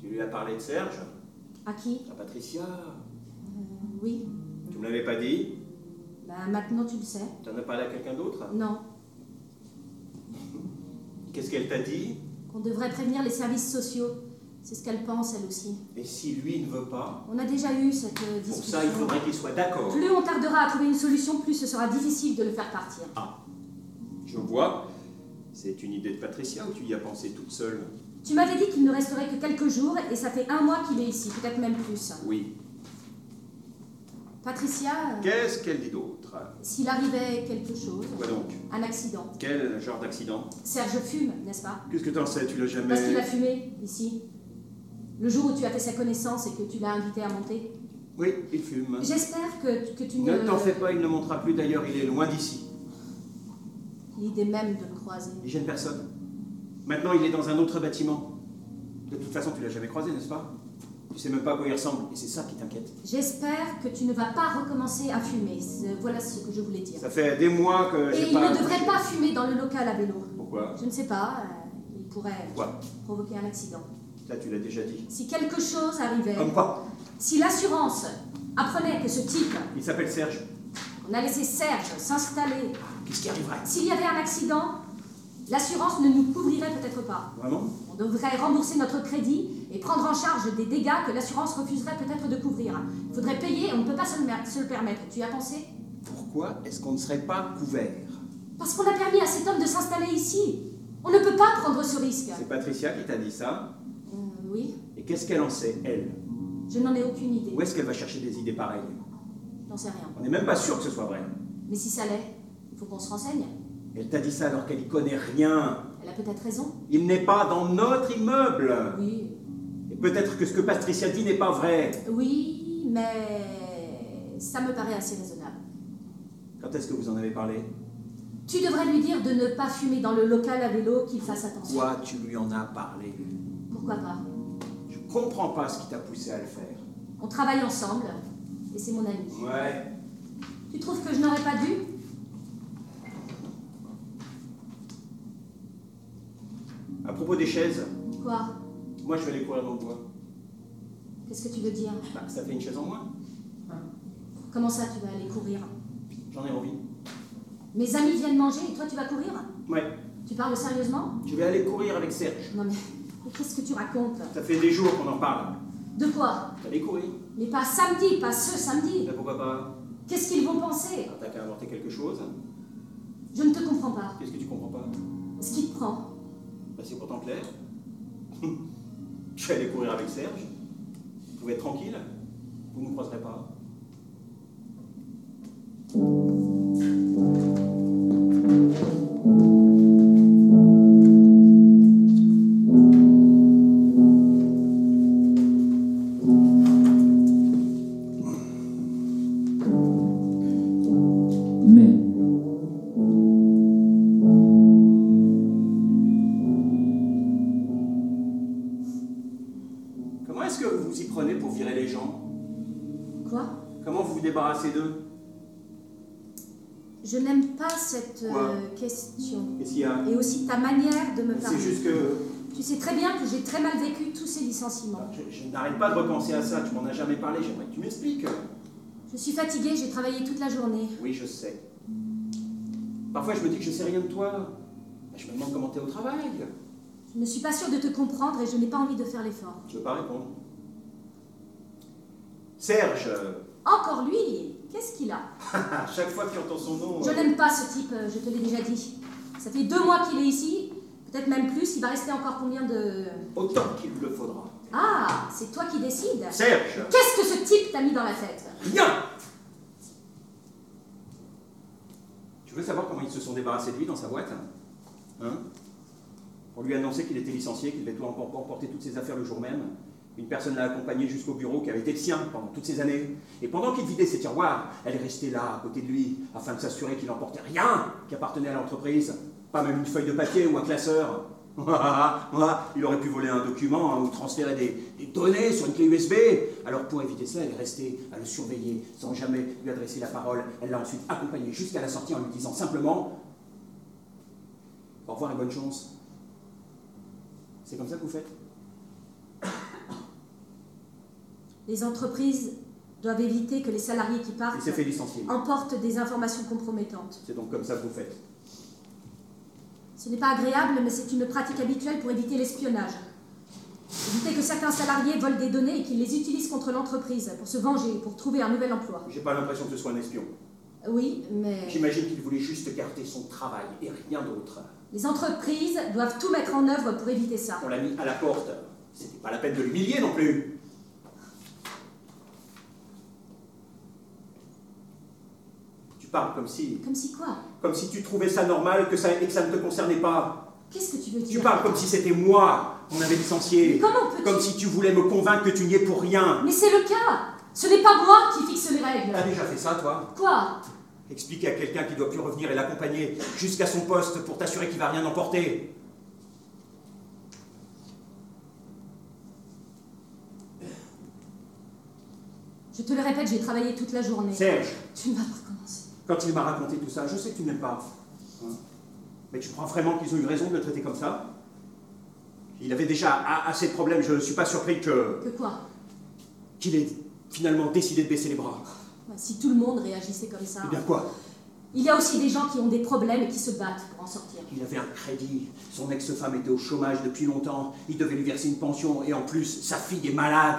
S2: Tu lui as parlé de Serge
S3: À qui
S2: À Patricia
S3: Euh, Oui.
S2: Tu me l'avais pas dit
S3: Bah maintenant tu le sais.
S2: T'en as parlé à quelqu'un d'autre
S3: Non.
S2: Qu'est-ce qu'elle t'a dit
S3: Qu'on devrait prévenir les services sociaux. C'est ce qu'elle pense elle aussi.
S2: Et si lui ne veut pas
S3: On a déjà eu cette
S2: Pour
S3: euh, discussion.
S2: ça, il faudrait qu'il soit d'accord.
S3: Plus on tardera à trouver une solution, plus ce sera difficile de le faire partir.
S2: Ah. Je vois. C'est une idée de Patricia ou tu y as pensé toute seule
S3: Tu m'avais dit qu'il ne resterait que quelques jours et ça fait un mois qu'il est ici, peut-être même plus.
S2: Oui.
S3: Patricia, euh,
S2: Qu'est-ce qu'elle dit d'autre
S3: s'il arrivait quelque chose,
S2: Quoi donc
S3: un accident.
S2: Quel genre d'accident
S3: Serge fume, n'est-ce pas
S2: Qu'est-ce que t'en sais Tu l'as jamais.
S3: Parce qu'il a fumé ici. Le jour où tu as fait sa connaissance et que tu l'as invité à monter.
S2: Oui, il fume.
S3: J'espère que, que tu ne.
S2: Ne t'en fais pas, il ne montera plus. D'ailleurs, il est loin d'ici.
S3: L'idée même de le croiser.
S2: Il gêne personne. Maintenant, il est dans un autre bâtiment. De toute façon, tu l'as jamais croisé, n'est-ce pas Tu sais même pas à quoi il ressemble. Et c'est ça qui t'inquiète.
S3: J'espère que tu ne vas pas recommencer à fumer. C'est- Voilà ce que je voulais dire.
S2: Ça fait des mois que
S3: Et
S2: j'ai
S3: il
S2: pas.
S3: ne devrait pas fumer dans le local à vélo.
S2: Pourquoi
S3: Je ne sais pas, euh, il pourrait
S2: Quoi
S3: provoquer un accident.
S2: Là, tu l'as déjà dit.
S3: Si quelque chose arrivait,
S2: Comme quoi
S3: si l'assurance apprenait que ce type,
S2: Il s'appelle Serge.
S3: on a laissé Serge s'installer,
S2: Qu'est-ce qui arriverait
S3: s'il y avait un accident, l'assurance ne nous couvrirait peut-être pas.
S2: Vraiment
S3: On devrait rembourser notre crédit et prendre en charge des dégâts que l'assurance refuserait peut-être de couvrir. Il faudrait payer et on ne peut pas se le, mer- se le permettre. Tu y as pensé
S2: Pourquoi est-ce qu'on ne serait pas couvert
S3: Parce qu'on a permis à cet homme de s'installer ici. On ne peut pas prendre ce risque.
S2: C'est Patricia qui t'a dit ça.
S3: Euh, oui,
S2: Et qu'est-ce qu'elle en sait, elle
S3: je n'en ai aucune idée.
S2: Où est-ce qu'elle va chercher des idées pareilles
S3: J'en sais rien.
S2: On n'est même pas sûr que ce soit vrai.
S3: Mais si ça l'est, il faut qu'on se renseigne.
S2: Elle t'a dit ça alors qu'elle y connaît rien.
S3: Elle a peut-être raison.
S2: Il n'est pas dans notre immeuble.
S3: Oui,
S2: Et peut-être que ce que Patricia dit n'est pas vrai.
S3: Oui, mais ça me paraît assez raisonnable.
S2: Quand est-ce que vous en avez parlé
S3: Tu devrais lui dire de ne pas fumer dans le local à vélo, qu'il fasse attention.
S2: Toi, tu lui en as parlé.
S3: Pourquoi pas
S2: Je comprends pas ce qui t'a poussé à le faire.
S3: On travaille ensemble, et c'est mon ami.
S2: Ouais.
S3: Tu trouves que je n'aurais pas dû
S2: À propos des chaises,
S3: Quoi
S2: moi je vais aller courir dans le bois.
S3: Qu'est-ce que tu veux dire
S2: Bah, ça fait une chaise en moins.
S3: Comment ça, tu vas aller courir
S2: J'en ai envie.
S3: Mes amis viennent manger et toi tu vas courir
S2: Ouais,
S3: Tu parles sérieusement
S2: je vais aller courir avec Serge.
S3: Non mais, mais qu'est-ce que tu racontes
S2: Ça fait des jours qu'on en parle.
S3: De quoi
S2: T'allais courir
S3: Mais pas samedi, pas ce samedi.
S2: Bah, Pourquoi pas Ah,
S3: Qu'est-ce qu'ils vont penser
S2: T'as qu'à inventer quelque chose.
S3: Je ne te comprends pas.
S2: Qu'est-ce que tu comprends pas
S3: Ce qui te prend.
S2: Bah, C'est pourtant clair. je suis allé courir avec Serge. Vous pouvez être tranquille. Vous ne me croiserez pas.
S4: mais,
S2: Comment est-ce que vous vous y prenez pour virer les gens
S3: Quoi
S2: Comment vous vous débarrassez d'eux
S3: Je n'aime pas cette euh,
S2: Quoi
S3: question.
S2: Qu'est-ce qu'il y a
S3: Et aussi ta manière de me
S2: C'est
S3: parler.
S2: juste que
S3: Tu sais très bien que j'ai très mal vécu tous ces licenciements.
S2: je, je n'arrête pas de repenser à ça. Tu m'en as jamais parlé. J'aimerais que tu m'expliques.
S3: Je suis fatiguée, j'ai travaillé toute la journée.
S2: Oui, je sais. Parfois, je me dis que je sais rien de toi. Bah, Je me demande comment t'es au travail.
S3: Je ne suis pas sûre de te comprendre et je n'ai pas envie de faire l'effort.
S2: Tu veux pas répondre Serge euh,
S3: Encore lui Qu'est-ce qu'il a
S2: À chaque fois que tu entends son nom.
S3: Je
S2: euh,
S3: n'aime pas ce type, euh, je te l'ai déjà dit. Ça fait deux mois qu'il est ici, peut-être même plus, il va rester encore combien de...
S2: Autant qu'il le faudra.
S3: Ah, c'est toi qui décides
S2: Serge
S3: Qu'est-ce que ce type t'a mis dans la tête
S2: Rien Tu veux savoir comment ils se sont débarrassés de lui dans sa boîte Hein Pour lui annoncer qu'il était licencié, qu'il devait tout empor- emporter toutes ses affaires le jour même. Une personne l'a accompagné jusqu'au bureau qui avait été le sien pendant toutes ces années. Et pendant qu'il vidait ses tiroirs, elle restait là, à côté de lui, afin de s'assurer qu'il n'emportait rien qui appartenait à l'entreprise. Pas même une feuille de papier ou un classeur. Il aurait pu voler un document hein, ou transférer des, des données sur une clé USB. Alors pour éviter cela, elle est restée à le surveiller sans jamais lui adresser la parole. Elle l'a ensuite accompagné jusqu'à la sortie en lui disant simplement Au revoir et bonne chance. C'est comme ça que vous faites
S3: Les entreprises doivent éviter que les salariés qui
S2: Il
S3: partent
S2: s'est fait licencier.
S3: emportent des informations compromettantes.
S2: C'est donc comme ça que vous faites.
S3: Ce n'est pas agréable, mais c'est une pratique habituelle pour éviter l'espionnage. Éviter que certains salariés volent des données et qu'ils les utilisent contre l'entreprise pour se venger, pour trouver un nouvel emploi.
S2: J'ai pas l'impression que ce soit un espion.
S3: Oui, mais
S2: J'imagine qu'il voulait juste garder son travail et rien d'autre.
S3: les entreprises doivent tout mettre en œuvre pour éviter ça.
S2: On l'a mis à la porte. C'était pas la peine de l'humilier non plus. Tu parles comme si,
S3: Comme si quoi
S2: comme si tu trouvais ça normal que ça, et que ça ne te concernait pas.
S3: Qu'est-ce que tu veux dire
S2: Tu parles comme si c'était moi qu'on avait
S3: Mais
S2: licencié.
S3: comment peux-tu
S2: Comme si tu voulais me convaincre que tu n'y es pour rien.
S3: Mais c'est le cas Ce n'est pas moi qui fixe les règles
S2: T'as déjà fait ça, toi
S3: Quoi
S2: Expliquer à quelqu'un qui doit plus revenir et l'accompagner jusqu'à son poste pour t'assurer qu'il va rien emporter.
S3: Je te le répète, j'ai travaillé toute la journée.
S2: Serge,
S3: Tu ne vas pas recommencer.
S2: quand il m'a raconté tout ça, je sais que tu n'aimes pas. hein. Mais tu crois vraiment qu'ils ont eu raison de le traiter comme ça Il avait déjà a- assez de problèmes, je ne suis pas surpris que
S3: Que quoi
S2: qu'il ait finalement décidé de baisser les bras.
S3: Bah, Si tout le monde réagissait comme ça.
S2: Eh bien quoi
S3: Il y a aussi des gens qui ont des problèmes et qui se battent pour en sortir.
S2: Il avait un crédit, son ex-femme était au chômage depuis longtemps, il devait lui verser une pension et en plus, sa fille est malade,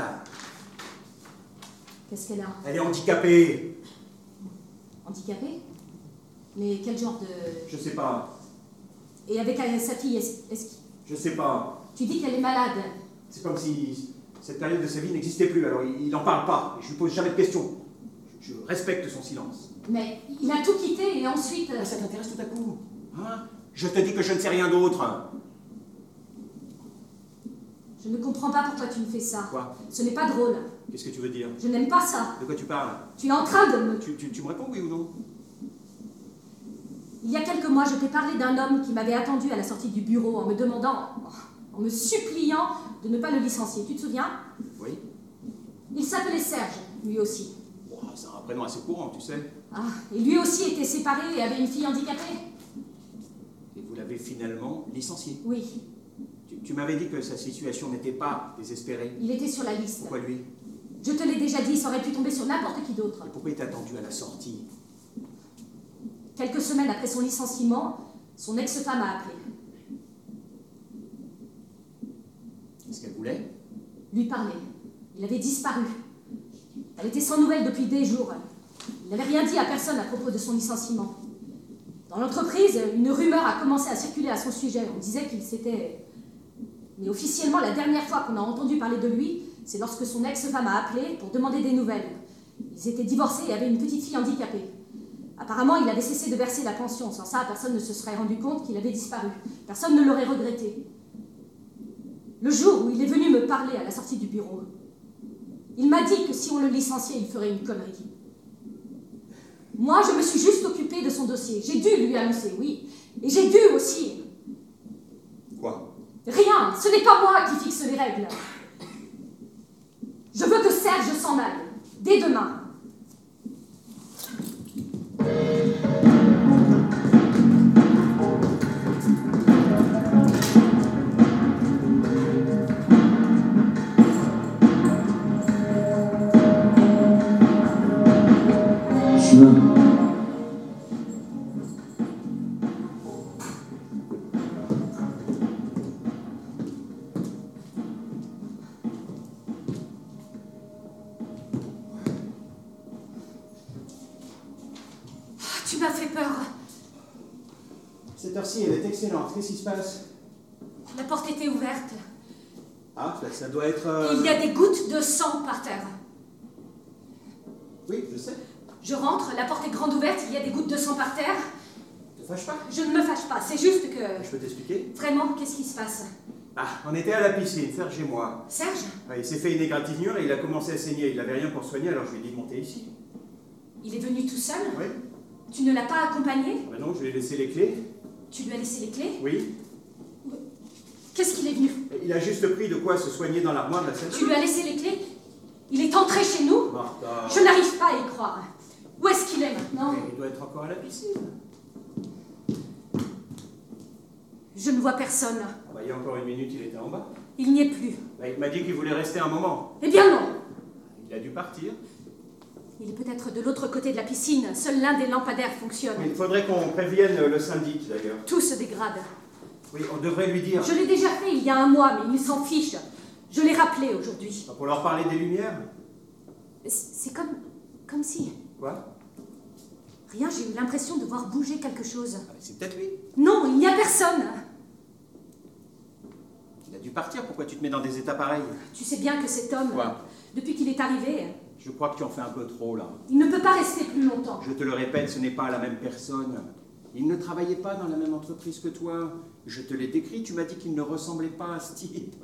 S3: Qu'est-ce qu'elle a
S2: elle est handicapée.
S3: Handicapée Mais quel genre de...
S2: Je sais pas,
S3: Et avec euh, sa fille, est-ce est-ce qu'-
S2: je sais pas.
S3: Tu dis qu'elle est malade.
S2: C'est comme si cette période de sa vie n'existait plus, alors il n'en parle pas, je lui pose jamais de questions. Je je respecte son silence.
S3: Mais il a tout quitté et ensuite... euh,
S2: Ah, ça t'intéresse tout à coup hein Je te dis que je ne sais rien d'autre.
S3: Je ne comprends pas pourquoi tu me fais ça.
S2: Quoi
S3: Ce n'est pas drôle.
S2: Qu'est-ce que tu veux dire
S3: Je n'aime pas ça.
S2: De quoi tu parles
S3: Tu es en train de me...
S2: tu, tu- tu me réponds oui ou non
S3: Il y a quelques mois, je t'ai parlé d'un homme qui m'avait attendu à la sortie du bureau en me demandant, en me suppliant de ne pas le licencier. Tu te souviens
S2: Oui.
S3: Il s'appelait Serge, lui aussi.
S2: Ouah, c'est un prénom assez courant, tu sais.
S3: Ah, et lui aussi était séparé et avait une fille handicapée
S2: Et vous l'avez finalement licencié.
S3: Oui,
S2: Tu, tu m'avais dit que sa situation n'était pas désespérée.
S3: il était sur la liste.
S2: Pourquoi lui
S3: Je te l'ai déjà dit, ça aurait pu tomber sur n'importe qui d'autre.
S2: Et pourquoi il t'a attendu à la sortie
S3: Quelques semaines après son licenciement, son ex-femme a appelé.
S2: Qu'est-ce qu'elle voulait
S3: Lui parler. Il avait disparu. Elle était sans nouvelles depuis des jours. Il n'avait rien dit à personne à propos de son licenciement. Dans l'entreprise, une rumeur a commencé à circuler à son sujet. On disait qu'il s'était... Mais officiellement, la dernière fois qu'on a entendu parler de lui, c'est lorsque son ex-femme a appelé pour demander des nouvelles. Ils étaient divorcés et avaient une petite fille handicapée. Apparemment, il avait cessé de verser la pension. Sans ça, personne ne se serait rendu compte qu'il avait disparu. Personne ne l'aurait regretté. Le jour où il est venu me parler à la sortie du bureau, il m'a dit que si on le licenciait, il ferait une connerie. Moi, je me suis juste occupée de son dossier. J'ai dû lui annoncer, oui. Et j'ai dû aussi.
S2: Quoi
S3: Rien, ce n'est pas moi qui fixe les règles. Je veux que Serge s'en aille, dès demain.
S4: Juin.
S3: Oh, Tu m'as fait peur.
S2: Cette heure-ci, elle est excellente. Qu'est-ce qui se passe
S3: La porte était ouverte.
S2: Ah, ça, ça doit être.
S3: Et
S2: euh,
S3: il y a des gouttes de sang par terre.
S2: Oui, je sais.
S3: Je rentre, la porte est grande ouverte, il y a des gouttes de sang par terre.
S2: Ne te fâche pas.
S3: Je ne me fâche pas, c'est juste que...
S2: Je peux t'expliquer
S3: Vraiment, qu'est-ce qui se passe
S2: Ah, on était à la piscine, Serge et moi.
S3: Serge
S2: Ah, Il s'est fait une égratignure et il a commencé à saigner. Il n'avait rien pour soigner, alors je lui ai dit de monter ici.
S3: Il est venu tout seul
S2: Oui.
S3: Tu ne l'as pas accompagné
S2: Ah ben non, je lui ai laissé les clés.
S3: Tu lui as laissé les clés
S2: Oui.
S3: Qu'est-ce qu'il est venu
S2: Il a juste pris de quoi se soigner dans l'armoire de la salle.
S3: Tu lui as laissé les clés Il est entré chez nous
S2: Martha.
S3: Je n'arrive pas à y croire. Où est-ce qu'il est maintenant
S2: Il doit être encore à la piscine.
S3: Je ne vois personne.
S2: Ah bah, il y a encore une minute, il était en bas.
S3: Il n'y est plus.
S2: Bah, il m'a dit qu'il voulait rester un moment.
S3: Eh bien non
S2: Il a dû partir.
S3: Il est peut-être de l'autre côté de la piscine. Seul l'un des lampadaires fonctionne.
S2: Il faudrait qu'on prévienne le syndic d'ailleurs.
S3: Tout se dégrade.
S2: Oui, on devrait lui dire.
S3: Je l'ai déjà fait il y a un mois, mais il s'en fiche. Je l'ai rappelé aujourd'hui.
S2: Ah, Pour leur parler des lumières.
S3: C'est- C'est comme... comme si...
S2: Quoi
S3: Rien, j'ai eu l'impression de voir bouger quelque chose.
S2: Ah, bah, C'est peut-être lui.
S3: Non, il n'y a personne
S2: Il a dû partir. Pourquoi tu te mets dans des états pareils
S3: Tu sais bien que cet homme,
S2: Quoi
S3: depuis qu'il est arrivé,
S2: Je crois que tu en fais un peu trop là.
S3: il ne peut pas rester plus longtemps.
S2: Je te le répète, ce n'est pas la même personne. Il ne travaillait pas dans la même entreprise que toi. Je te l'ai décrit, tu m'as dit qu'il ne ressemblait pas à ce type.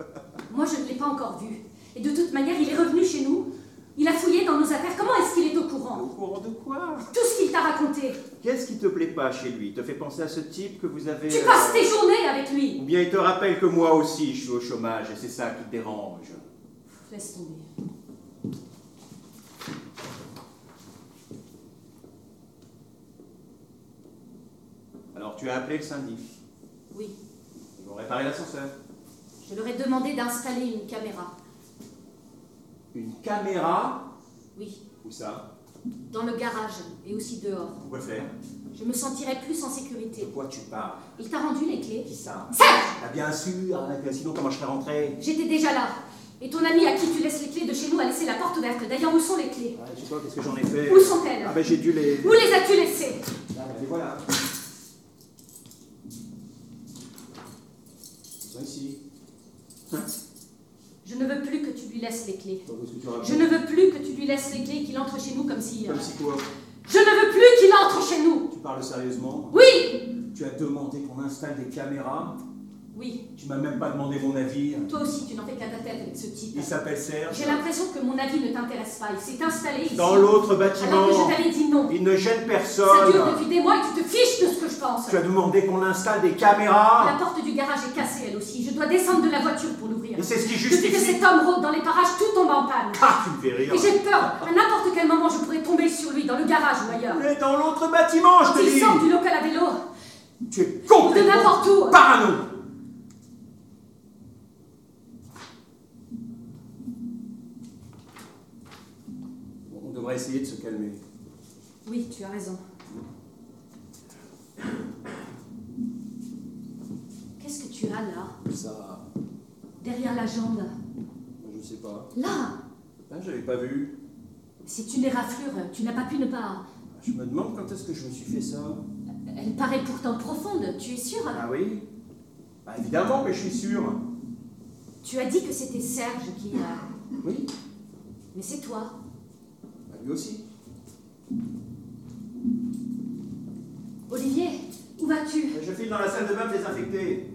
S3: Moi, je ne l'ai pas encore vu. Et de toute manière, il est revenu chez nous. Il a fouillé dans nos affaires. Comment est-ce qu'il est au
S2: Au
S3: courant
S2: courant de quoi
S3: Tout ce qu'il t'a raconté.
S2: Qu'est-ce qui te plaît pas chez lui Il Te fait penser à ce type que vous avez.
S3: Tu
S2: euh,
S3: passes tes journées avec lui.
S2: Ou bien il te rappelle que moi aussi je suis au chômage et c'est ça qui te dérange.
S3: Laisse tomber.
S2: Alors tu as appelé le syndic.
S3: Oui,
S2: Ils vont réparer l'ascenseur.
S3: je leur ai demandé d'installer une caméra.
S2: Une caméra
S3: Oui,
S2: Où ça
S3: dans le garage et aussi dehors.
S2: Pourquoi faire
S3: Je me sentirais plus en
S2: De
S3: sécurité.
S2: quoi tu parles
S3: Il t'a rendu les clés
S2: Qui ça
S3: Serge
S2: Ah bien sûr, ah, bien, sinon comment je serais rentré
S3: J'étais déjà là. Et ton ami à qui tu laisses les clés de chez nous a laissé la porte ouverte. D'ailleurs, où sont les clés
S2: ah, Je sais pas, qu'est-ce que j'en ai fait
S3: Où sont-elles
S2: Ah ben j'ai dû les...
S3: Où les as-tu laissées
S2: Ah, ben, les voilà. Ils sont ici.
S3: Hein Je ne veux plus que tu lui laisses les clés.
S2: Pourquoi est-ce que tu racontes
S3: Je ne veux plus que tu lui laisses les clés et qu'il entre chez nous comme si... euh,
S2: Comme si quoi
S3: Je ne veux plus qu'il entre chez nous
S2: Tu parles sérieusement
S3: Oui
S2: Tu as demandé qu'on installe des caméras
S3: Oui,
S2: Tu m'as même pas demandé mon avis.
S3: toi aussi, tu n'en fais qu'à ta tête avec ce type.
S2: Il s'appelle Serge.
S3: J'ai l'impression que mon avis ne t'intéresse pas. Il s'est installé ici.
S2: Dans l'autre
S3: Alors que
S2: bâtiment,
S3: je t'avais dit non.
S2: il ne gêne
S3: Ça dure depuis
S2: personne.
S3: des mois et tu te fiches de ce que je pense.
S2: Tu as demandé qu'on installe des
S3: La
S2: caméras.
S3: porte du garage est cassée, elle aussi. Je dois descendre de la voiture pour l'ouvrir.
S2: Et c'est ce qui
S3: Depuis que
S2: justifie.
S3: cet homme rôde dans les parages, tout tombe en panne.
S2: Ah, tu me fais rire.
S3: Et j'ai peur. À n'importe quel moment, je pourrais tomber sur lui, dans le garage ou ailleurs.
S2: Mais dans l'autre bâtiment, je
S3: Quand il
S2: te
S3: sort
S2: dis.
S3: du local à vélo,
S2: Tu es
S3: ou de
S2: complètement
S3: n'importe où,
S2: parano. On devrait essayer de se calmer.
S3: Oui, tu as raison.
S2: ça
S3: Derrière la jambe.
S2: Je sais pas.
S3: Là
S2: Ah, j'avais pas vu.
S3: C'est une éraflure, tu n'as pas pu ne pas.
S2: Je me demande quand est-ce que je me suis fait ça.
S3: Elle paraît pourtant profonde, tu es sûr
S2: Ah oui Bah évidemment que je suis sûr.
S3: Tu as dit que c'était Serge qui a.
S2: Oui,
S3: Mais c'est toi.
S2: bah, lui aussi.
S3: Olivier, où vas-tu
S2: Bah, Je file dans la salle de bain me désinfecter.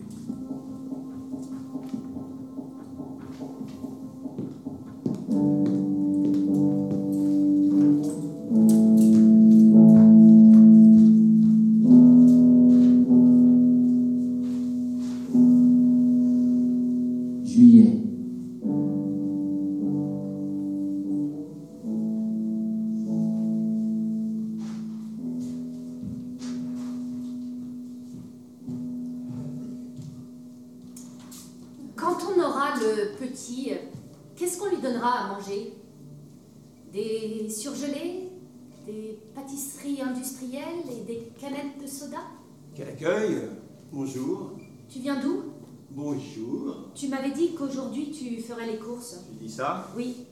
S4: Juillet.
S3: Quand on aura le petit, qu'est-ce qu'on lui donnera à manger Des surgelés Des pâtisseries industrielles et des canettes de soda
S2: Quel accueil Bonjour.
S3: Tu viens d'où
S2: Bonjour.
S3: Tu m'avais dit qu'aujourd'hui tu ferais les courses.
S2: Tu dis ça
S3: Oui,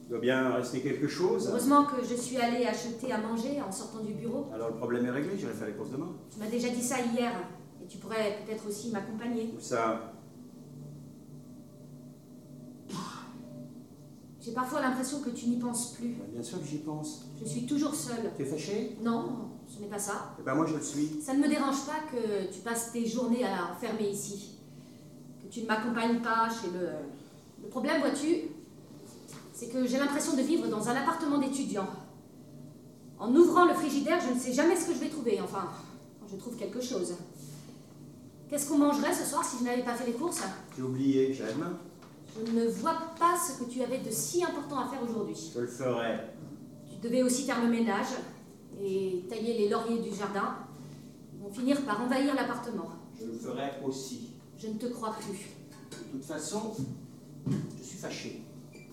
S2: Il doit bien rester quelque chose.
S3: heureusement que je suis allée acheter à manger en sortant du bureau.
S2: Alors le problème est réglé, j'irai faire les courses demain.
S3: Tu m'as déjà dit ça hier et tu pourrais peut-être aussi m'accompagner.
S2: Ou ça
S3: J'ai parfois l'impression que tu n'y penses plus.
S2: Bah, Bien sûr que j'y pense.
S3: Je suis toujours seule.
S2: T'es fâché
S3: Non, ce n'est pas ça.
S2: Eh ben moi je le suis.
S3: Ça ne me dérange pas que tu passes tes journées à enfermer ici, que tu ne m'accompagnes pas chez le. Le problème, vois-tu, c'est que j'ai l'impression de vivre dans un appartement d'étudiant. En ouvrant le frigidaire, je ne sais jamais ce que je vais trouver, enfin, quand je trouve quelque chose. Qu'est-ce qu'on mangerait ce soir si je n'avais pas fait les courses
S2: J'ai oublié, j'ai la main.
S3: Je ne vois pas ce que tu avais de si important à faire aujourd'hui.
S2: Je le ferai.
S3: Tu devais aussi faire le ménage et tailler les lauriers du jardin. Ils vont finir par envahir l'appartement.
S2: Je le ferai aussi.
S3: Je ne te crois plus.
S2: De toute façon, je suis fâché.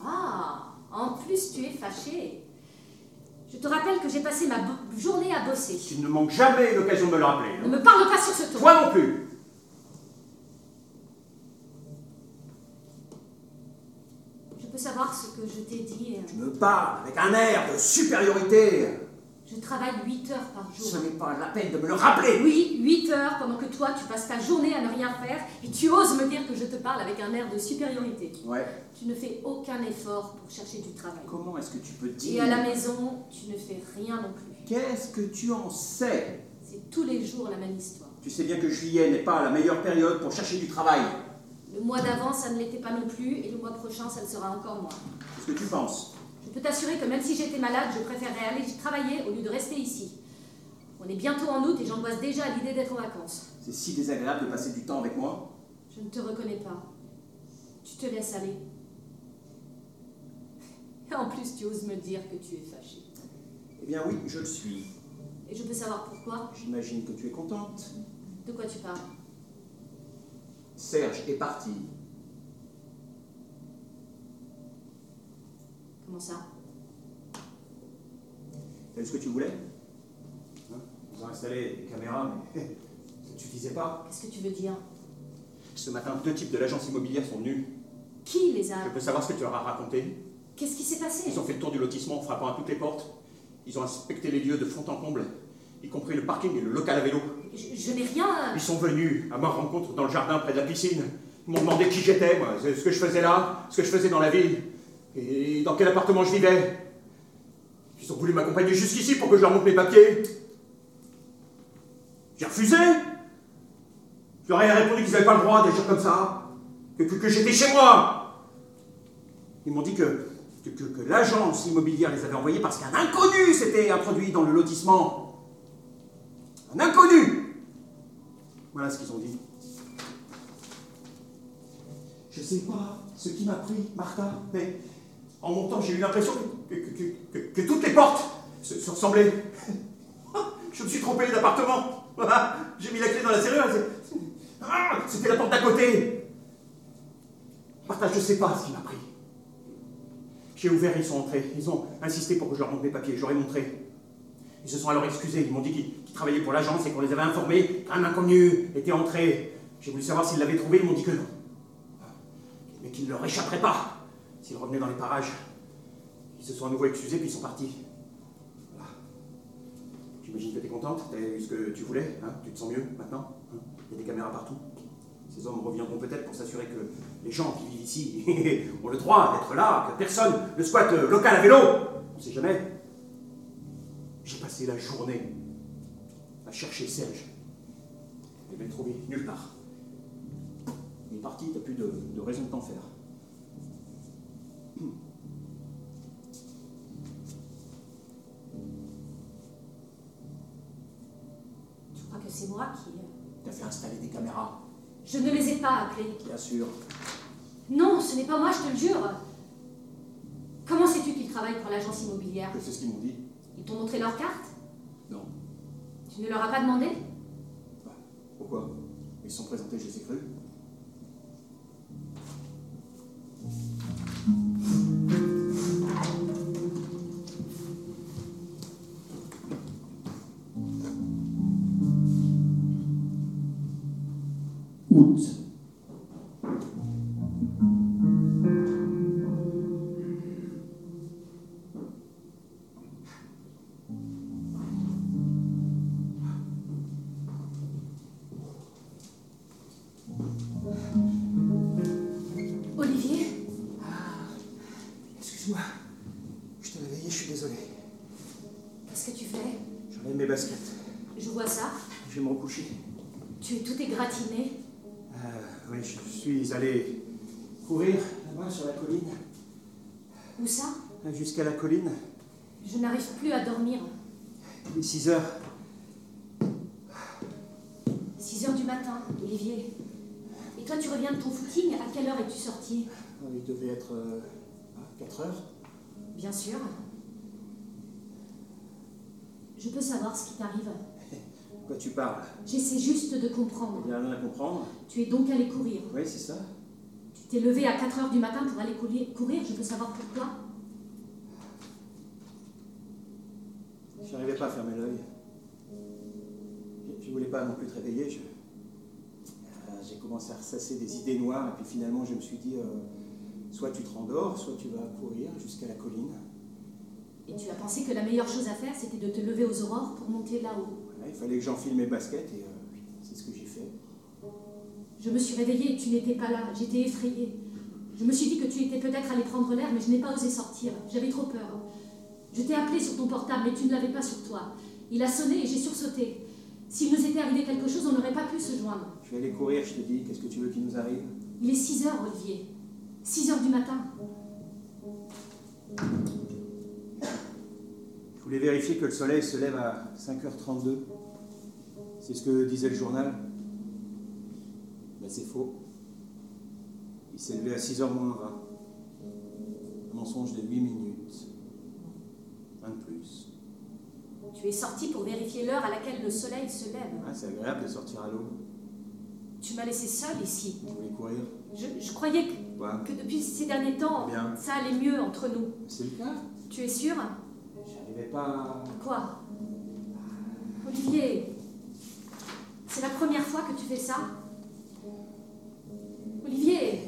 S3: Ah, en plus tu es fâché. Je te rappelle que j'ai passé ma bo- journée à bosser.
S2: Tu ne manques jamais l'occasion de me le rappeler.
S3: Ne
S2: hein.
S3: me parle pas sur ce ton.
S2: Toi non plus
S3: Je peux savoir ce que je t'ai dit. euh.
S2: Tu me parles avec un air de supériorité.
S3: Je travaille 8 heures par
S2: Ce
S3: jour.
S2: n'est pas la peine de me le rappeler.
S3: Oui, 8 heures pendant que toi tu passes ta journée à ne rien faire et tu oses me dire que je te parle avec un air de supériorité.
S2: Ouais.
S3: Tu ne fais aucun effort pour chercher du travail.
S2: Comment est-ce que tu peux
S3: Et
S2: dire
S3: à la maison, tu ne fais rien non plus.
S2: Qu'est-ce que tu en sais
S3: C'est tous les jours la même histoire.
S2: Tu sais bien que juillet n'est pas la meilleure période pour chercher du travail.
S3: Le mois d'avant, ça ne l'était pas non plus et le mois prochain, ça le sera encore moins.
S2: C'est ce que tu penses.
S3: Je peux t'assurer que même si j'étais malade, je préférerais aller travailler au lieu de rester ici. On est bientôt en août et j'angoisse déjà à l'idée d'être en vacances.
S2: C'est si désagréable de passer du temps avec moi.
S3: Je ne te reconnais pas. Tu te laisses aller. Et en plus, tu oses me dire que tu es fâché.
S2: Eh bien oui, je le suis.
S3: Et je peux savoir pourquoi
S2: J'imagine que tu es contente.
S3: De quoi tu parles
S2: Serge est parti.
S3: Comment ça
S2: T'as vu ce que tu voulais Hein Ils ont installé des caméras, mais ça ne suffisait pas.
S3: Qu'est-ce que tu veux dire
S2: Ce matin, deux types de l'agence immobilière sont venus.
S3: Qui les
S2: Je
S3: a
S2: peux savoir ce que tu leur as raconté
S3: Qu'est-ce qui s'est passé
S2: Ils ont fait le tour du lotissement en frappant à toutes les portes. Ils ont inspecté les lieux de fond en comble, y compris le parking et le local à vélo.
S3: Je, je n'ai rien.
S2: Ils sont venus à ma rencontre dans le jardin près de la piscine. Ils m'ont demandé qui j'étais, moi, ce ce que je faisais là, ce que je faisais dans la ville, et dans quel appartement je vivais. Ils ont voulu m'accompagner jusqu'ici pour que je leur montre mes papiers. J'ai refusé. Je leur ai répondu qu'ils n'avaient pas le droit des choses comme ça, que, que- que j'étais chez moi. Ils m'ont dit que, que- que- que l'agence immobilière les avait envoyés parce qu'un inconnu s'était introduit dans le lotissement. Un inconnu voilà ce qu'ils ont dit. Je sais pas ce qui m'a pris, Martha, mais en montant, j'ai eu l'impression que, que- que- que- que toutes les portes se, se ressemblaient. Je me suis trompé d'appartement. Voilà. J'ai mis la clé dans la serrure. c'est- Ah, C'était la porte d'à côté. Martha, je sais pas ce qui m'a pris. J'ai ouvert, ils sont entrés. Ils ont insisté pour que je leur montre mes papiers. J'aurais montré. Ils se sont alors excusés, ils m'ont dit qu'ils qu'ils travaillaient pour l'agence et qu'on les avait informés qu'un inconnu était entré J'ai voulu savoir s'ils l'avaient trouvé, ils m'ont dit que non. Ah, Mais qu'il ne leur échapperait pas s'ils revenaient dans les parages. Ils se sont à nouveau excusés, puis ils sont partis. Voilà. J'imagine que t'es contente, t'as eu ce que tu voulais, hein tu te sens mieux maintenant. hein Il y a des caméras partout. Ces hommes reviendront peut-être pour s'assurer que les gens qui vivent ici ont le droit d'être là, que personne ne squatte euh, local à vélo. On sait jamais. J'ai passé la journée à chercher Serge. Je vais le trouver nulle part.
S6: Il est parti, t'as plus de, de raison de t'en faire.
S3: Je crois que c'est moi qui.
S6: T'as fait installer des caméras,
S3: Je ne les ai pas appelés.
S6: bien sûr.
S3: Non, ce n'est pas moi, je te le jure. Comment sais-tu qu'ils travaillent pour l'agence
S2: Ah.
S3: immobilière
S6: C'est ce qu'ils m'ont dit.
S3: Ils t'ont montré leur carte
S6: Non.
S3: Tu ne leur as pas demandé
S6: Pourquoi Ils se sont présentés, je les ai crus.
S4: août,
S3: Olivier
S2: Excuse-moi, je t'ai réveillé, je suis désolé.
S3: Qu'est-ce que tu fais
S2: J'enlève mes baskets.
S3: Je vois ça.
S2: Je vais me recoucher.
S3: Tu es tout égratigné.
S6: Euh,
S2: oui, je suis allé courir là-bas sur la colline,
S3: Où ça
S6: euh,
S2: jusqu'à la colline,
S3: Je n'arrive plus à dormir.
S2: il est 6 heures.
S3: 6 heures du matin, Olivier. Et toi, tu reviens de ton footing. À quelle heure es-tu sorti
S6: Ah, Il devait être 4 heures.
S3: Bien sûr. Je peux savoir ce qui t'arrive.
S6: Quoi tu parles
S3: J'essaie juste de comprendre.
S6: Il n'y a rien à comprendre.
S3: Tu es donc allé courir.
S6: Oui, c'est ça.
S3: Tu t'es levé à 4 heures du matin pour aller courir. courir. Je peux savoir pourquoi
S6: J'arrivais pas à fermer l'œil. Je- Je voulais pas non plus te réveiller. je- Euh, J'ai commencé à ressasser des idées noires et puis finalement je me suis dit euh, soit tu te rendors, soit tu vas courir jusqu'à la colline.
S3: Et tu as pensé que la meilleure chose à faire, c'était de te lever aux aurores pour monter là-haut.
S6: Voilà, il fallait que j'enfile mes baskets et euh, c'est ce que j'ai fait.
S3: Je me suis réveillée et tu n'étais pas là. J'étais effrayée. Je me suis dit que tu étais peut-être allé prendre l'air, mais je n'ai pas osé sortir. J'avais trop peur. Je t'ai appelé sur ton portable, mais tu ne l'avais pas sur toi. Il a sonné et j'ai sursauté. S'il nous était arrivé quelque chose, on n'aurait pas pu se joindre.
S6: Je vais aller courir, je te dis, qu'est-ce que tu veux qu'il nous arrive
S3: Il est 6 heures, Olivier. 6 heures du matin.
S2: Je voulais vérifier que le soleil se lève à 5h32. C'est ce que disait le journal. Ben, c'est faux. Il s'est levé à 6h moins 20. Un mensonge de 8 minutes. Un de plus.
S3: Tu es sorti pour vérifier l'heure à laquelle le soleil se lève.
S2: Ah, c'est agréable de sortir à l'eau.
S3: Tu m'as laissé seule ici.
S2: Vous voulez courir
S3: Je, je croyais que,
S2: Quoi
S3: que depuis ces derniers temps,
S2: Bien.
S3: ça allait mieux entre nous.
S2: C'est le cas.
S3: Tu es sûr
S2: J'arrivais pas.
S3: Quoi Olivier, c'est la première fois que tu fais ça Olivier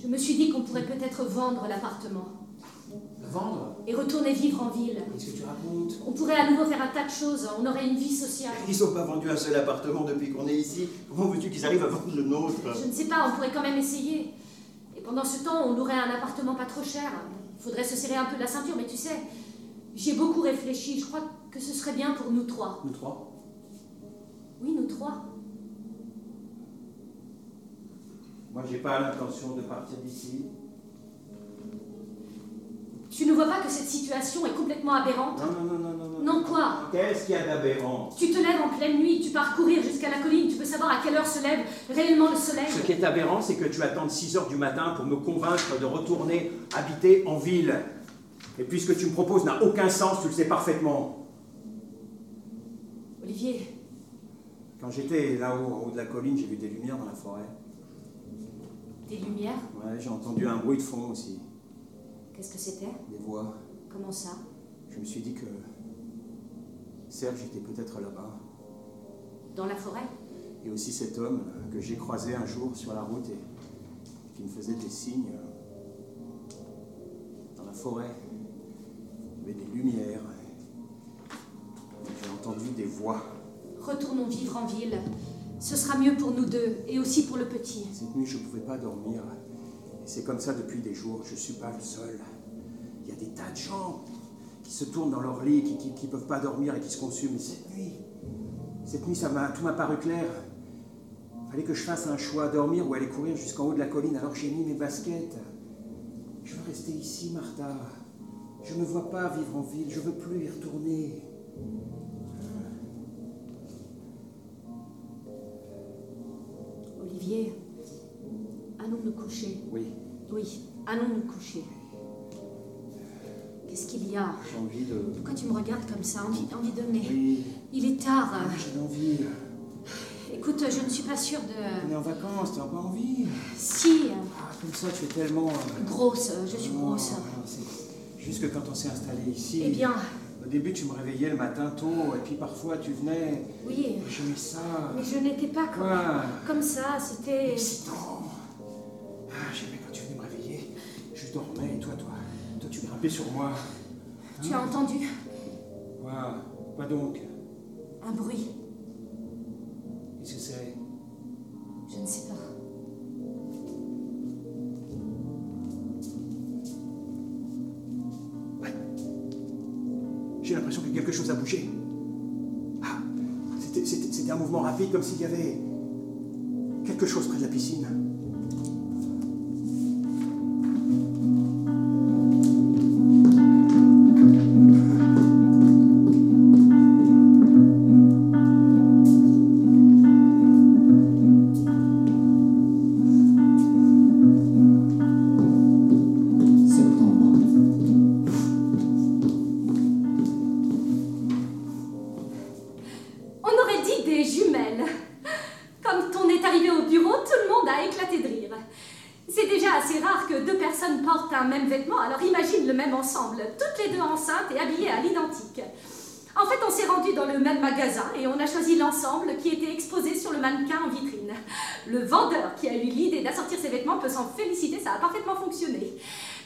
S3: Je me suis dit qu'on pourrait peut-être vendre l'appartement
S2: à vendre
S3: et retourner vivre en ville.
S2: Qu'est-ce que tu racontes
S3: On pourrait à nouveau faire un tas de choses, on aurait une vie sociale.
S2: Ils ont pas vendu un seul appartement depuis qu'on est ici. Comment veux-tu qu'ils arrivent à vendre le nôtre
S3: Je ne sais pas, on pourrait quand même essayer. Et pendant ce temps, on louerait un appartement pas trop cher. Il faudrait se serrer un peu de la ceinture, mais tu sais, j'ai beaucoup réfléchi. Je crois que ce serait bien pour nous trois.
S2: Nous trois.
S3: Oui, nous trois.
S2: Moi, j'ai pas l'intention de partir d'ici.
S3: Tu ne vois pas que cette situation est complètement aberrante
S2: Non, non, non, non, non.
S3: Non, quoi
S2: Qu'est-ce qu'il y a d'aberrant
S3: Tu te lèves en pleine nuit, tu pars courir jusqu'à la colline, tu peux savoir à quelle heure se lève réellement le soleil.
S2: Ce qui est aberrant, c'est que tu attendes 6 heures du matin pour me convaincre de retourner habiter en ville. Et puis ce que tu me proposes n'a aucun sens, tu le sais parfaitement.
S3: Olivier,
S2: Quand j'étais là-haut, en haut de la colline, j'ai vu des lumières dans la forêt.
S3: des lumières
S2: Ouais, j'ai entendu un bruit de fond aussi,
S3: Qu'est-ce que c'était
S2: des voix.
S3: Comment ça
S2: Je
S6: Je me suis dit que Serge était peut-être là-bas.
S3: Dans la forêt
S6: Et aussi cet homme euh, que j'ai croisé un jour sur la route et qui me faisait des signes euh, dans la forêt. Il y avait des lumières. J'ai entendu des voix.
S3: Retournons vivre en ville. Ce sera mieux pour nous deux et aussi pour le petit.
S6: Cette nuit, je ne pouvais pas dormir. Et c'est comme ça depuis des jours. Je ne suis pas le seul. Il y a des tas de gens qui se tournent dans leur lit, qui ne peuvent pas dormir et qui se consument. Et cette nuit, cette nuit, ça m'a, tout m'a paru clair. Fallait que je fasse un choix, dormir ou aller courir jusqu'en haut de la colline. Alors j'ai mis mes baskets. Je veux rester ici, Martha. Je ne me vois pas vivre en ville. Je veux plus y retourner.
S3: Olivier, allons nous coucher.
S6: Oui,
S3: Oui, allons nous coucher. Qu'est-ce qu'il y a
S6: j'ai envie de.
S3: Pourquoi tu me regardes comme ça Envie, envie de nez
S6: Oui,
S3: Il est tard.
S6: j'ai envie.
S3: Écoute, je ne suis pas sûre
S6: On
S3: de...
S6: est en vacances, t'as encore envie
S3: Si,
S6: Ah, comme ça, tu es tellement. euh,
S3: grosse, je suis
S6: non,
S3: grosse.
S6: non, c'est Juste que quand on s'est installé ici.
S3: Eh bien,
S6: Au début, tu me réveillais le matin tôt, et puis parfois tu venais.
S3: oui,
S6: et J'aimais ça.
S3: mais Eh. je n'étais pas comme,
S6: Quoi
S3: comme ça, c'était...
S6: Excitant. Ah, j'aimais quand tu venais me réveiller. Je dormais, et toi, toi. Toi, tu grimpais sur moi.
S3: Tu as entendu
S6: Quoi Quoi donc
S3: un bruit
S6: Qu'est-ce que c'est
S3: Je ne sais pas.
S6: J'ai l'impression que quelque chose a bougé. Ah, c'était- c'était c'était un mouvement rapide, comme s'il y avait quelque chose près de la piscine.
S4: Septembre.
S3: On aurait dit des jumelles. Quand on est arrivé au bureau, tout le monde a éclaté de rire. C'est déjà assez rare que deux personnes portent un même vêtement, alors imagine le même ensemble, toutes les deux enceintes et habillées à l'identique. En fait, on s'est rendu dans le même magasin et on a choisi l'ensemble qui était exposé sur le mannequin en vitrine. Le vendeur qui a eu l'idée d'assortir ses vêtements peut s'en féliciter, ça a parfaitement fonctionné.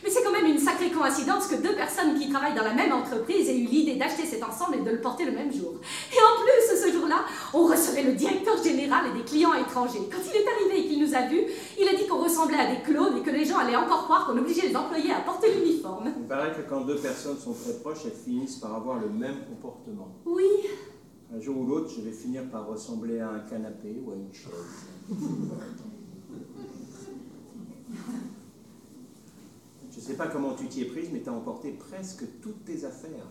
S3: Mais c'est quand même une sacrée coïncidence que deux personnes qui travaillent dans la même entreprise aient eu l'idée d'acheter cet ensemble et de le porter le même jour. Et en plus, ce jour-là, on recevait le directeur général et des clients étrangers. Quand il est arrivé et qu'il nous a vus, il a dit qu'on ressemblait à des clones et que les gens allaient encore croire qu'on obligeait les employés à porter l'uniforme.
S2: Il paraît que quand deux personnes sont très proches, elles finissent par avoir le même comportement.
S3: Oui,
S2: Un jour ou l'autre, je vais finir par ressembler à un canapé ou à une chaise. Je sais pas comment tu t'y es prise, mais tu as emporté presque toutes tes affaires.